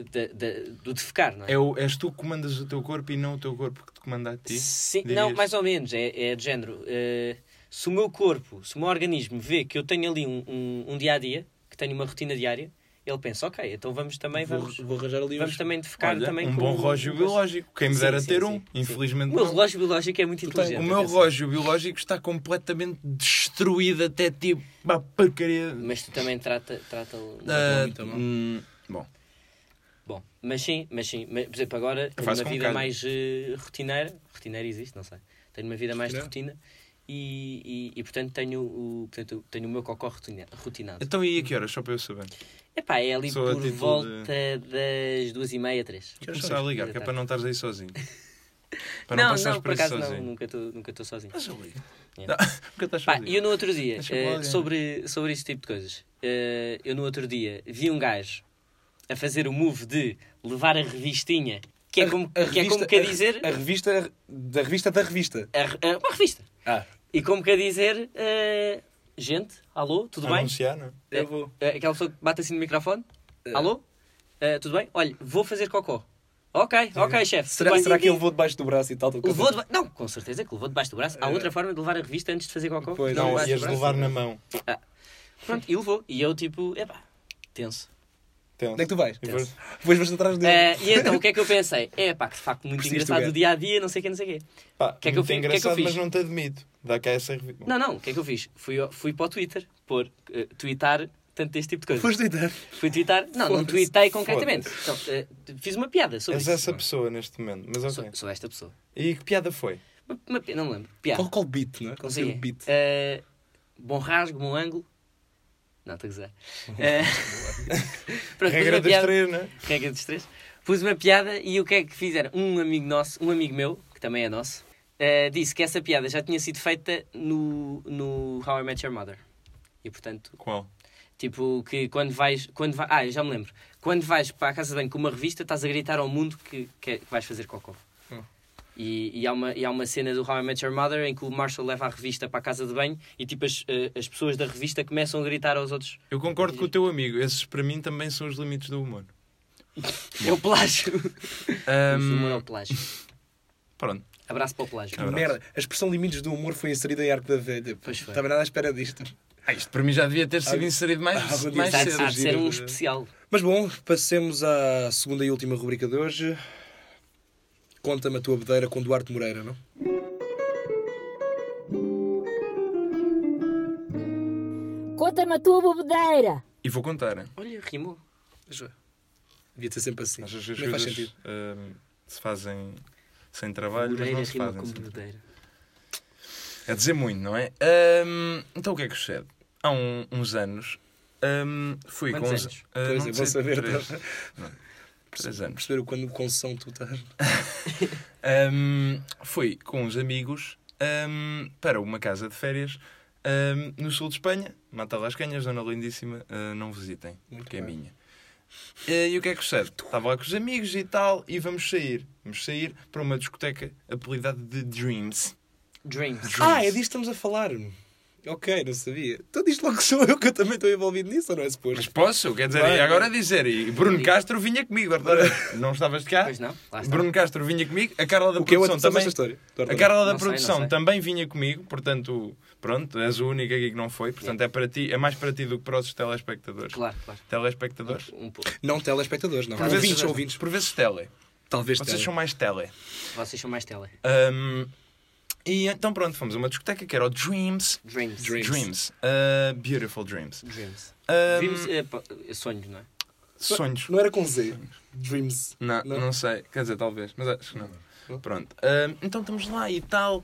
S4: de- de- do defecar, não é?
S3: É o, és tu que comandas o teu corpo e não o teu corpo que te comanda a ti?
S4: Sim,
S3: Dirias?
S4: não, mais ou menos, é, é de género. eh, se o meu corpo, se o meu organismo vê que eu tenho ali um, um, um dia a dia, que tenho uma rotina diária, ele pensa, ok, então vamos também,
S2: Vou,
S4: vamos,
S2: vou arranjar ali
S4: vamos
S2: uns...
S4: também defecar
S3: Olha,
S4: também
S3: um
S4: com-
S3: bom relógio
S4: com-
S3: biológico. Quem me
S4: Sim,
S3: dera
S4: sim,
S3: ter
S4: sim.
S3: um,
S4: Sim. O
S3: infelizmente.
S4: meu
S3: não. Então,
S4: relógio biológico é muito inteligente.
S3: o meu
S4: atenção.
S3: relógio biológico está completamente destruído até tipo uma porcaria.
S4: Mas é tu também trata, trata
S3: Ah,
S2: muito
S4: então,
S2: mal.
S3: hum, bom,
S4: Bom, mas sim, mas sim. Mas, por exemplo, agora tenho
S3: faço
S4: uma
S3: com
S4: vida
S3: calma.
S4: mais eh, rotineira. Rotineira existe, não sei. Tenho uma vida mais de rotina e, e, e, portanto, tenho o, portanto, tenho o meu cocó rotina- rotinado.
S3: então e a que horas? Só para eu saber.
S4: Epá, é ali
S3: Só a
S4: por
S3: título de-
S4: volta das duas e meia, três.
S3: Vou começar a ligar, que é para não estares aí sozinho. Para
S4: não,
S3: passares
S4: não, por acaso não,
S3: sozinho.
S4: nunca estou nunca tô sozinho.
S3: Mas eu ligo.
S4: É.
S3: Não, Nunca estás
S4: Pá,
S3: sozinho.
S4: e eu no outro dia,
S3: Deixa-me lá
S4: eh,
S3: olhar.
S4: sobre, sobre este tipo de coisas, eh, eu no outro dia vi um gajo a fazer o move de levar a revistinha, que é como, que é como quer dizer,
S2: A, revista da revista da revista.
S4: a re- a- uma revista.
S2: Ah,
S4: E como quer dizer, eh, gente, alô, tudo bem?
S3: Anunciar, não?
S4: É,
S2: eu vou.
S4: é aquela pessoa que bate assim no microfone, alô, Eh, tudo bem? Olha, vou fazer cocó. Ok, ok, chefe. tudo
S2: Será,
S4: bem.
S2: será que ele levou debaixo do braço e tal? tal
S4: Levou
S2: coisa?
S4: deba... Não, com certeza que levou debaixo do braço. Há outra forma de levar a revista antes de fazer cocô?
S2: É. Pois,
S4: Não,
S2: não, é.
S4: debaixo do braço.
S3: na mão.
S4: Pronto, e levou. E eu, tipo, epá, tenso.
S2: Onde é que tu vais?
S3: E depois-
S2: Depois vais atrás dele.
S4: Eh, e então, o que é que eu pensei? É pá, que de facto, muito
S2: Persiste o
S4: engraçado
S2: gajo.
S4: o dia a dia, não sei o que, não sei o quê.
S3: Pá,
S4: Que é que eu
S3: muito
S4: fi- que é que eu
S3: engraçado,
S4: fiz?
S3: mas não te admito. Dá cá essa revi-
S4: Não, não, o que é que eu fiz? Fui, ao- fui para o Twitter, pôr, eh, tweetar tanto este tipo de coisa.
S2: Foste deitar.
S4: Fui tweetar, não, não
S2: Foda-se.
S4: tweetei concretamente. Então, eh, fiz uma piada sobre
S3: És
S4: isso.
S2: é?
S3: essa pessoa neste momento, mas ok.
S4: Sou, sou esta pessoa.
S3: E que piada foi?
S4: Uma, uma pi- não me lembro. Piada.
S2: Qual, qual beat,
S1: né?
S2: não é? Qual seria
S1: um
S4: Sim.
S2: o beat?
S4: Eh, bom rasgo, bom ângulo. Não, estou a gozar. Eh, pronto, pus
S1: Regra
S4: uma
S1: dos
S4: piada-
S1: três,
S3: é?
S1: né?
S4: Regra dos três. Pus uma piada e o que é que fizeram? Um amigo nosso, um amigo meu, que também é nosso, eh, disse que essa piada já tinha sido feita no, no How I Met Your Mother. E portanto,
S3: Qual?
S4: Tipo, que quando vais. Quando vai, ah, eu já me lembro. Quando vais para a Casa de Banho com uma revista, estás a gritar ao mundo que, que, que vais fazer cocô.
S3: Hum.
S4: E, e, há uma, e há uma cena do How I Met Your Mother em que o Marshall leva a revista para a casa de banho e tipo as, eh, as pessoas da revista começam a gritar aos outros:
S3: Eu concordo com o teu amigo. Esses para mim também são os limites do humor.
S4: É o plágio! Isso,
S3: Ahm,
S4: humor é o plágio.
S3: pronto.
S4: Abraço para o plágio.
S3: abraço.
S2: Merda, a expressão limites do humor foi inserida em Arco da Velha.
S4: um Pois foi.
S2: Estava nada à espera disto.
S3: Ah, isto para mim já devia ter sido
S2: Ah,
S3: inserido mais,
S2: ah, vou
S3: mais né?
S4: Há
S2: dizer,
S4: de-
S3: cedo.
S4: há de ser um
S2: gira.
S4: especial.
S2: Mas bom, passemos à segunda e última rubrica de hoje. Conta-me a tua bedeira com Duarte Moreira, não?
S5: Conta-me a tua bobedeira.
S3: E vou contar. hein?
S4: Olha, rimou.
S2: Deixa eu ver. Devia ser sempre assim.
S3: Achas que as
S2: Nem faz
S3: coisas
S2: sentido.
S3: ahm, se fazem sem trabalho, mas
S4: Bodeira
S3: não se
S4: rima
S3: fazem. assim.
S4: com
S3: sem
S4: bodeira.
S3: É dizer muito, não é? Ahm, então o que é que sucede? Há um- uns anos ahm, fui
S4: Quantos
S3: com
S4: anos?
S3: uns. ah,
S2: Pois
S3: não
S2: é,
S3: sei,
S2: vou saber.
S3: três,
S2: tá?
S3: três anos.
S2: Perceber o quando com som tu estás.
S3: Ahm, fui com uns amigos ahm, para uma casa de férias ahm, no sul de Espanha, Mata das Canhas, Zona Lindíssima, ah, não visitem,
S2: Muito
S3: porque é
S2: bem.
S3: minha. Ah, e o que é que sucede? Estava lá com os amigos e tal, e vamos sair. Vamos sair para uma discoteca apelidada de Dreams.
S4: Dreams.
S2: Ah, é disto que estamos a falar. Ok, não sabia. Então diz logo que sou eu que eu também estou envolvido nisso, ou não é
S3: Mas
S2: suposto?
S3: posso, quer dizer,
S2: Vai,
S3: e agora dizer, e Bruno Castro vinha comigo, agora não estavas de cá?
S4: Pois não? Lá está.
S3: Bruno Castro vinha comigo, a Carla da
S2: O que é outra
S3: produção também.
S2: desta história?
S3: A Carla da
S4: Não sei,
S3: produção
S4: não sei.
S3: também vinha comigo, portanto, pronto, és a única aqui que não foi, portanto é para ti, é mais para ti do que para os telespectadores.
S4: Claro, claro.
S3: Telespectadores?
S4: Um pouco.
S2: Não telespectadores, não.
S4: Por vezes-
S2: Ouvintes, ouvintes.
S3: Por vezes tele.
S2: Talvez
S3: Vocês
S2: tele.
S3: são mais tele.
S4: Vocês são mais tele.
S3: Ah. Ahm, e então pronto, fomos a uma discoteca que era o Dreams.
S4: Dreams.
S2: Dreams.
S3: Dreams. Ah, beautiful Dreams.
S4: Dreams.
S3: Ahm,
S4: Dreams é, pá, é sonhos, não é?
S3: sonhos.
S2: Não era com Z. Dreams.
S3: Não,
S2: Não?
S3: não, sei. Quer dizer, talvez, mas acho que não.
S2: Não.
S3: Pronto. Ahm, então estamos lá e tal,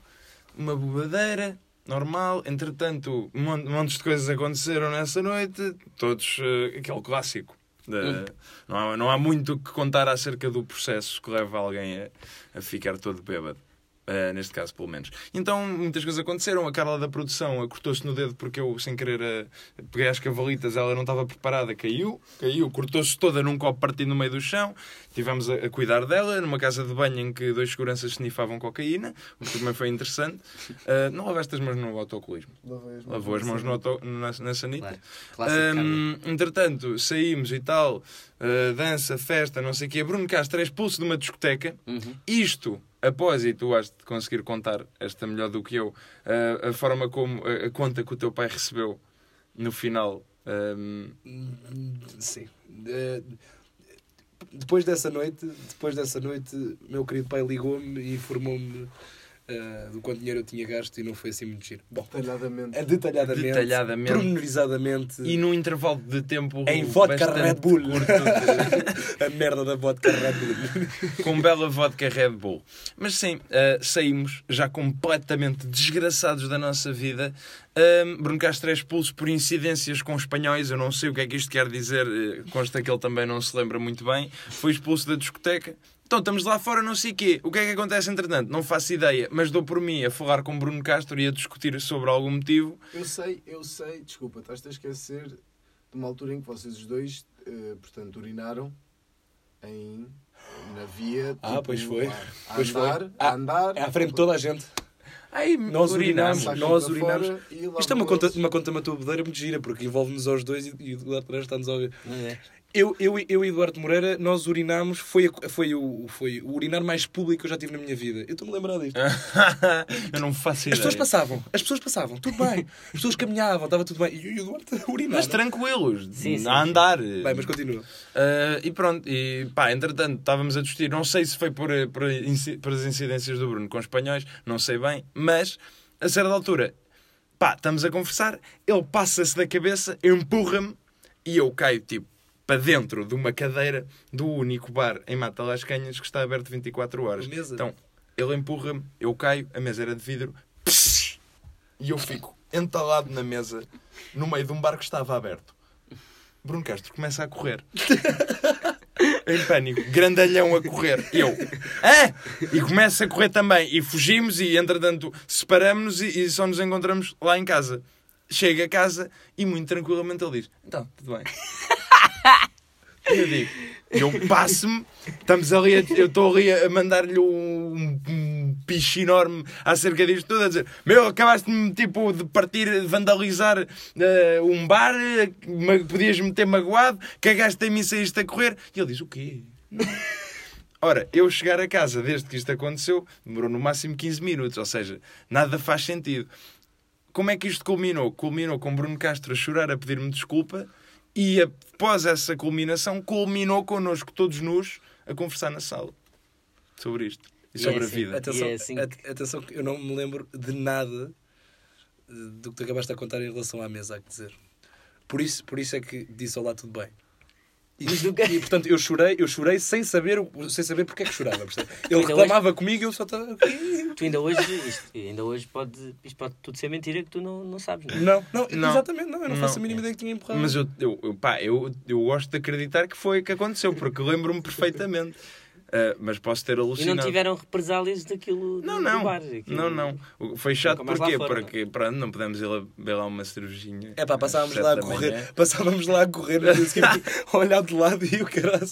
S3: uma bobadeira, normal. Entretanto, um mon- montes de coisas aconteceram nessa noite, todos eh, aquele clássico. da- não, há, não há muito o que contar acerca do processo que leva alguém a, a ficar todo bêbado. Ah, neste caso, pelo menos. Então, muitas coisas aconteceram. A Carla da produção cortou-se no dedo porque eu, sem querer, ah, peguei as cavalitas, ela não estava preparada, caiu, caiu, cortou-se toda num copo partido no meio do chão. Tivemos a, a cuidar dela numa casa de banho em que dois seguranças snifavam cocaína, o que também foi interessante. Ah, não lavaste as mãos no autocolismo, lavou as mãos no auto, na, na sanita.
S4: Claro. Clássico Carmen.
S3: Hum, entretanto, saímos e tal, uh, dança, festa, não sei o quê. Bruno Castro é expulso de uma discoteca.
S4: Uhum.
S3: Isto, após, e tu has de conseguir contar esta melhor do que eu, uh, a forma como a, a conta que o teu pai recebeu no final. hum,
S2: Sim. Eh, Depois dessa noite, depois dessa noite, meu querido pai ligou-me e informou-me eh, do quanto dinheiro eu tinha gasto e não foi assim muito giro. Bom,
S1: Detalhadamente.
S2: é detalhadamente,
S3: Detalhadamente.
S2: pormenorizadamente,
S3: e num intervalo de tempo.
S2: Hum. Em vodka
S3: bastante
S2: Red Bull.
S3: curto de-
S2: a merda da vodka Red Bull.
S3: com bela vodka Red Bull. Mas sim, ah, saímos já completamente desgraçados da nossa vida. Um, Bruno Castro é expulso por incidências com espanhóis, eu não sei o que é que isto quer dizer, eh, consta que ele também não se lembra muito bem. Foi expulso da discoteca. Então estamos lá fora, não sei o quê. O que é que acontece entretanto? Não faço ideia, mas dou por mim a falar com Bruno Castro e a discutir sobre algum motivo.
S1: Eu sei, eu sei, desculpa, estás-te a esquecer de uma altura em que vocês os dois, eh, portanto, urinaram em. na via. tipo,
S2: Ah, pois foi.
S1: A, a
S2: Pois foi.
S1: andar,
S2: Ah,
S1: a andar.
S2: À frente de toda a gente.
S3: Ai,
S2: Nós urinamos.
S1: saca
S2: nós
S1: para
S2: urinamos.
S1: fora e lá
S2: Isto é uma
S1: vamos.
S2: conta, uma conta matubedeira muito gira, porque envolve-nos aos dois e, e o lado atrás está-nos a ouvir.
S3: é?
S2: Eu, eu, e- eu e Eduardo Moreira, nós urinámos, foi, a- foi, o, foi o urinar mais público que eu já tive na minha vida. Eu estou-me a lembrar disto.
S3: Ah, eu não faço ideia.
S2: As pessoas passavam, as pessoas passavam, tudo bem. As pessoas caminhavam, estava tudo bem. E o Eduardo urinava.
S3: Mas tranquilos,
S4: Sim, sim,
S3: a
S4: sim.
S3: andar. eh,
S2: Bem, mas continua.
S3: Ah, e pronto, e pá, entretanto estávamos a discutir, não sei se foi por, eh, por, inci- por as incidências do Bruno com os espanhóis, não sei bem, mas a certa altura, pá, estamos a conversar, ele passa-se da cabeça, empurra-me e eu caio tipo para dentro de uma cadeira do único bar em Mata Las Canhas que está aberto 24 horas.
S2: Mesa?
S3: Então, ele empurra-me, eu caio, a mesa era de vidro, pss, e eu fico entalado na mesa, no meio de um bar que estava aberto. Bruno Castro começa a correr. em pânico, grandalhão a correr. Eu, ah! E começa a correr também. E fugimos e, entretanto, separamos-nos e, e só nos encontramos lá em casa. Chega a casa e, muito tranquilamente, ele diz: Então, tudo bem. E eu digo: Eu passo-me, estamos ali, a- eu estou ali a mandar-lhe um, um picho enorme acerca disto tudo, a dizer: Meu, acabaste-me tipo de partir, de vandalizar eh, um bar, eh, ma- podias-me ter magoado, cagaste em mim, saíste a correr. E ele diz: O quê? Ora, eu chegar a casa desde que isto aconteceu demorou no máximo 15 minutos, ou seja, nada faz sentido. Como é que isto culminou? Culminou com Bruno Castro a chorar, a pedir-me desculpa e após essa culminação, culminou connosco, todos nus, a conversar na sala sobre isto e
S4: E é
S3: sobre
S4: assim,
S3: a vida.
S2: Atenção,
S4: E é assim
S2: at- atenção, que eu não me lembro de nada eh, do que tu acabaste a contar em relação à mesa, há que dizer. Por isso, por isso é que disse olá, tudo bem. E, e, portanto, eu chorei, eu chorei sem saber, o- sem saber porque é que chorava. percebe? Ele
S3: então
S4: Ainda
S2: reclamava comigo e eu só estava.
S4: Tu ainda hoje, isto, ainda hoje pode, isto pode tudo ser mentira que tu não, não sabes, não é?
S2: Não, não,
S3: Não.
S2: exatamente, não, eu não, faço a
S3: Não.
S2: mínima ideia que tinha empurrado.
S3: Mas eu, eu, eu, pá, eu, eu gosto de acreditar que foi o que aconteceu, porque lembro-me perfeitamente. Ah, mas posso ter
S4: E
S3: alucinado.
S4: não tiveram represálias daquilo do-
S3: Não,
S4: do
S3: não.
S4: bar, aquilo-
S3: Não, não. O- Foi chato
S4: Nunca mais lá é?
S3: porquê?
S4: foram,
S3: Porque pronto, não podemos ir lá beber lá uma cervejinha.
S2: É pá,
S3: às
S2: passávamos
S3: sete
S2: lá a
S3: da
S2: correr,
S3: manhã.
S2: passávamos lá a correr, no dia seguinte, a olhar de lado e o caralho.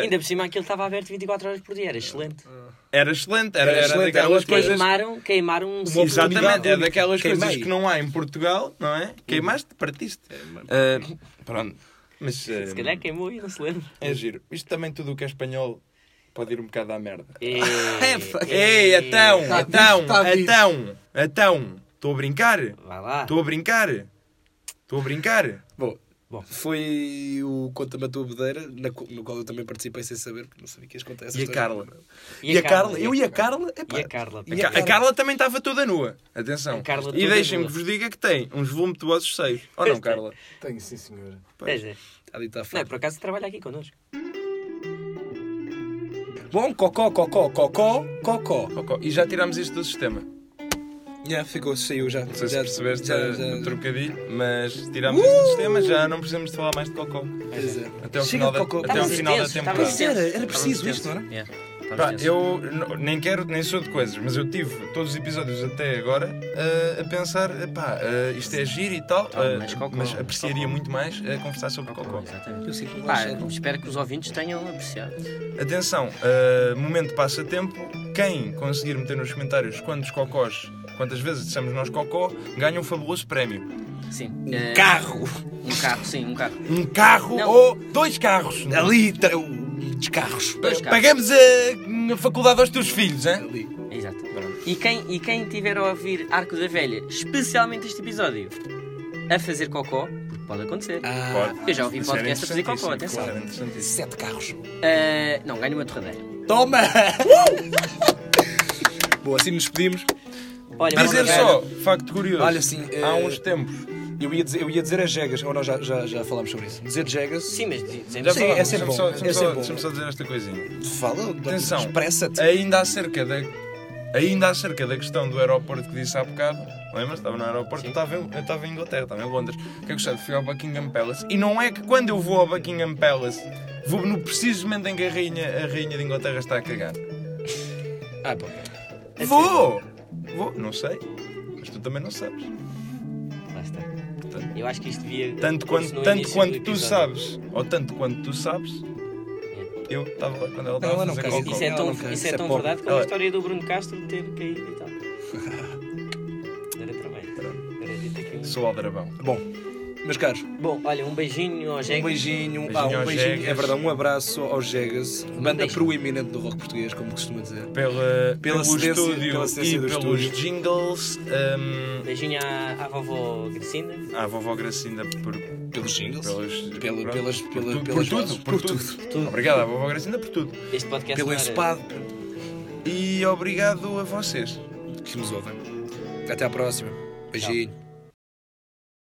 S4: Ainda por cima aquilo estava aberto 24 horas por dia, era excelente.
S3: Era excelente,
S2: Era
S3: era, era
S2: excelente, era
S3: daquelas
S2: ótimo.
S3: coisas.
S4: Queimaram, queimaram um
S2: Uma
S4: sítio.
S3: é. Exatamente, é
S2: oportunidade.
S3: daquelas
S2: Queimei. Hum.
S3: coisas que não há em Portugal, não é? Queimaste, partiste. Ah, pronto. Mas
S4: É Se
S3: ah,
S4: calhar queimou e não se lembra.
S3: é giro. Isto também tudo o que é espanhol pode ir um bocado à merda.
S4: Ei, é,
S3: Ei, É, então,
S1: Tá
S3: então,
S1: dito, tá dito.
S3: então, então. Estou a brincar?
S4: Vai lá.
S3: Estou a brincar? Estou a brincar?
S2: Bom,
S4: Bom.
S2: foi o Conta-me a Tua Bedeira, na co- no qual eu também participei sem saber, porque não sabia que ias contar essa
S3: E a
S2: história.
S3: Carla?
S2: E, a Carla? Eu e a Carla? Epá,
S4: E a Carla.
S2: E
S3: Ca- A Carla também estava toda nua. Atenção.
S4: A Carla
S3: E
S4: toda
S3: deixem-me
S4: nua.
S3: que vos diga que tem uns voluptuosos seios. Ou
S4: Pois
S3: não,
S4: tem.
S3: Carla?
S1: Tenho, sim, senhora.
S4: Pois é.
S2: Ali está a
S4: Não,
S2: falar.
S4: é por acaso trabalha aqui connosco.
S2: Bom, cocó, cocó, cocó, cocó.
S3: Cocó. Oh, E já tirámos isto do sistema.
S2: Já ficou, saiu já.
S3: Não sei se
S2: já,
S3: percebeste
S2: já,
S3: já,
S2: já,
S3: o trocadilho, mas tirámos isto do sistema, já não precisamos de falar mais de cocó.
S2: Pois é.
S3: Até
S2: Chega
S3: ao final
S2: de
S3: da,
S2: cocó.
S3: até ao
S4: Estávamos
S3: final da
S4: tensos,
S3: temporada.
S4: estávamos
S2: Mas era, era
S4: Estávamos
S2: preciso
S4: tensos.
S2: isto, não era?
S4: Yeah, estávamos
S3: Pá,
S4: tensos.
S3: eu n- nem quero, nem sou de coisas, mas eu tive todos os episódios até agora ah, a pensar, pá, ah, isto é giro e tal,
S4: Tá,
S3: ah,
S4: mas cocó,
S3: mas apreciaria
S4: cocó.
S3: muito mais a conversar sobre cocó.
S4: Exatamente.
S2: Eu sinto-me
S4: Pá,
S2: relaxado.
S4: espero que os ouvintes tenham apreciado.
S3: Atenção, uh, momento passatempo. Quem conseguir meter nos comentários quantos cocós, quantas vezes dissemos nós cocó, ganha um fabuloso prémio.
S4: Sim.
S2: Um
S4: eh,
S2: carro
S4: Um carro, sim, um carro.
S3: Um carro
S4: Não.
S3: ou dois carros.
S2: ali, tra- um dos carros.
S4: Dois carros.
S3: Pagamos a, a faculdade aos teus filhos, hein?
S2: Ali.
S4: Exato. E quem, e quem tiver a ouvir Arco da Velha, especialmente este episódio, a fazer cocó, porque pode acontecer.
S2: Ah,
S4: Eu já ouvi
S3: Isso era
S4: podcast a fazer cocó,
S3: interessantíssimo,
S4: atenção.
S3: claro, era interessantíssimo.
S2: sete carros.
S4: Ah, não, ganho uma torradeira.
S2: Toma! Uh! Bom, assim nos pedimos.
S4: Olha, uma
S3: Dizer
S4: torradeira.
S3: só, facto curioso,
S2: Olha, sim,
S3: há
S2: eh,
S3: uns tempos,
S2: Eu ia dizer, eu ia dizer as jegas, ou nós já, já, já falámos sobre isso. Dizer jegas.
S4: Sim, mas dizem
S2: Já
S4: só.
S2: falámos. é sempre
S3: deixa-me
S2: bom,
S3: só,
S2: é
S3: deixa-me só-
S2: sempre bom.
S3: deixa-me só dizer esta coisinha.
S2: Fala,
S3: Atenção.
S2: expressa-te.
S3: Ainda acerca da. Ainda acerca da questão do aeroporto que disse há bocado, lembras? Estava no aeroporto, eu estava, em- eu estava em Inglaterra, estava em Londres. O que é que eu gostei? Fui ao Buckingham Palace. E não é que quando eu vou ao Buckingham Palace, vou no preciso momento em que a rainha, a rainha de Inglaterra está a cagar.
S4: É
S2: Ah, bom.
S3: vou! Vou, não sei. Mas tu também não sabes.
S4: Lá está. Eu acho que isto devia.
S3: Tanto
S4: pôr-se no
S3: quanto, tanto
S4: início
S3: quanto
S4: do
S3: tu
S4: episódio. É.
S3: sabes, ou tanto quanto tu sabes, eu estava lá quando ela estava
S2: ela
S3: a
S2: não
S3: fazer
S2: quer.
S3: cocó.
S4: Isso
S2: Não,
S4: é tão,
S2: não quero.
S4: isso
S2: Isso
S4: é
S2: é
S4: tão
S2: pobre.
S4: verdade como a
S3: Ah.
S4: história do Bruno Castro ter caído e tal. Era também. Era dito aqui um-
S3: Sou aldrabão.
S2: Bom, meus caros,
S4: Bom, olha, um beijinho ao
S2: um
S4: Jeca.
S2: beijinho,
S3: Beijinho
S2: pá, um
S3: aos
S2: beijinho,
S3: Jegas.
S2: é verdade, um abraço aos Jegas, banda
S4: beijo.
S2: proeminente do rock português, como costuma dizer.
S3: pela, pelo
S2: cedência-
S3: estúdio
S2: pela
S3: e
S2: cedência do
S3: pelos
S2: estúdio.
S3: jingles. hum,
S4: um Beijinho à, à vovó Gricinda.
S3: à vovó Gracinda por,
S2: Pelos jingles,
S3: pelos,
S2: Pela-
S3: pronto,
S2: pelas-
S3: por,
S2: pela-
S3: tu- por
S2: pelas vozes.
S3: tudo, por,
S2: Por
S3: tudo. Obrigado à vovó Gracinda por tudo.
S4: Este podcast
S2: pelo
S4: não era-
S2: ensopado,
S3: E obrigado a vocês.
S2: que nos ouvem. Até à próxima. Beijinho.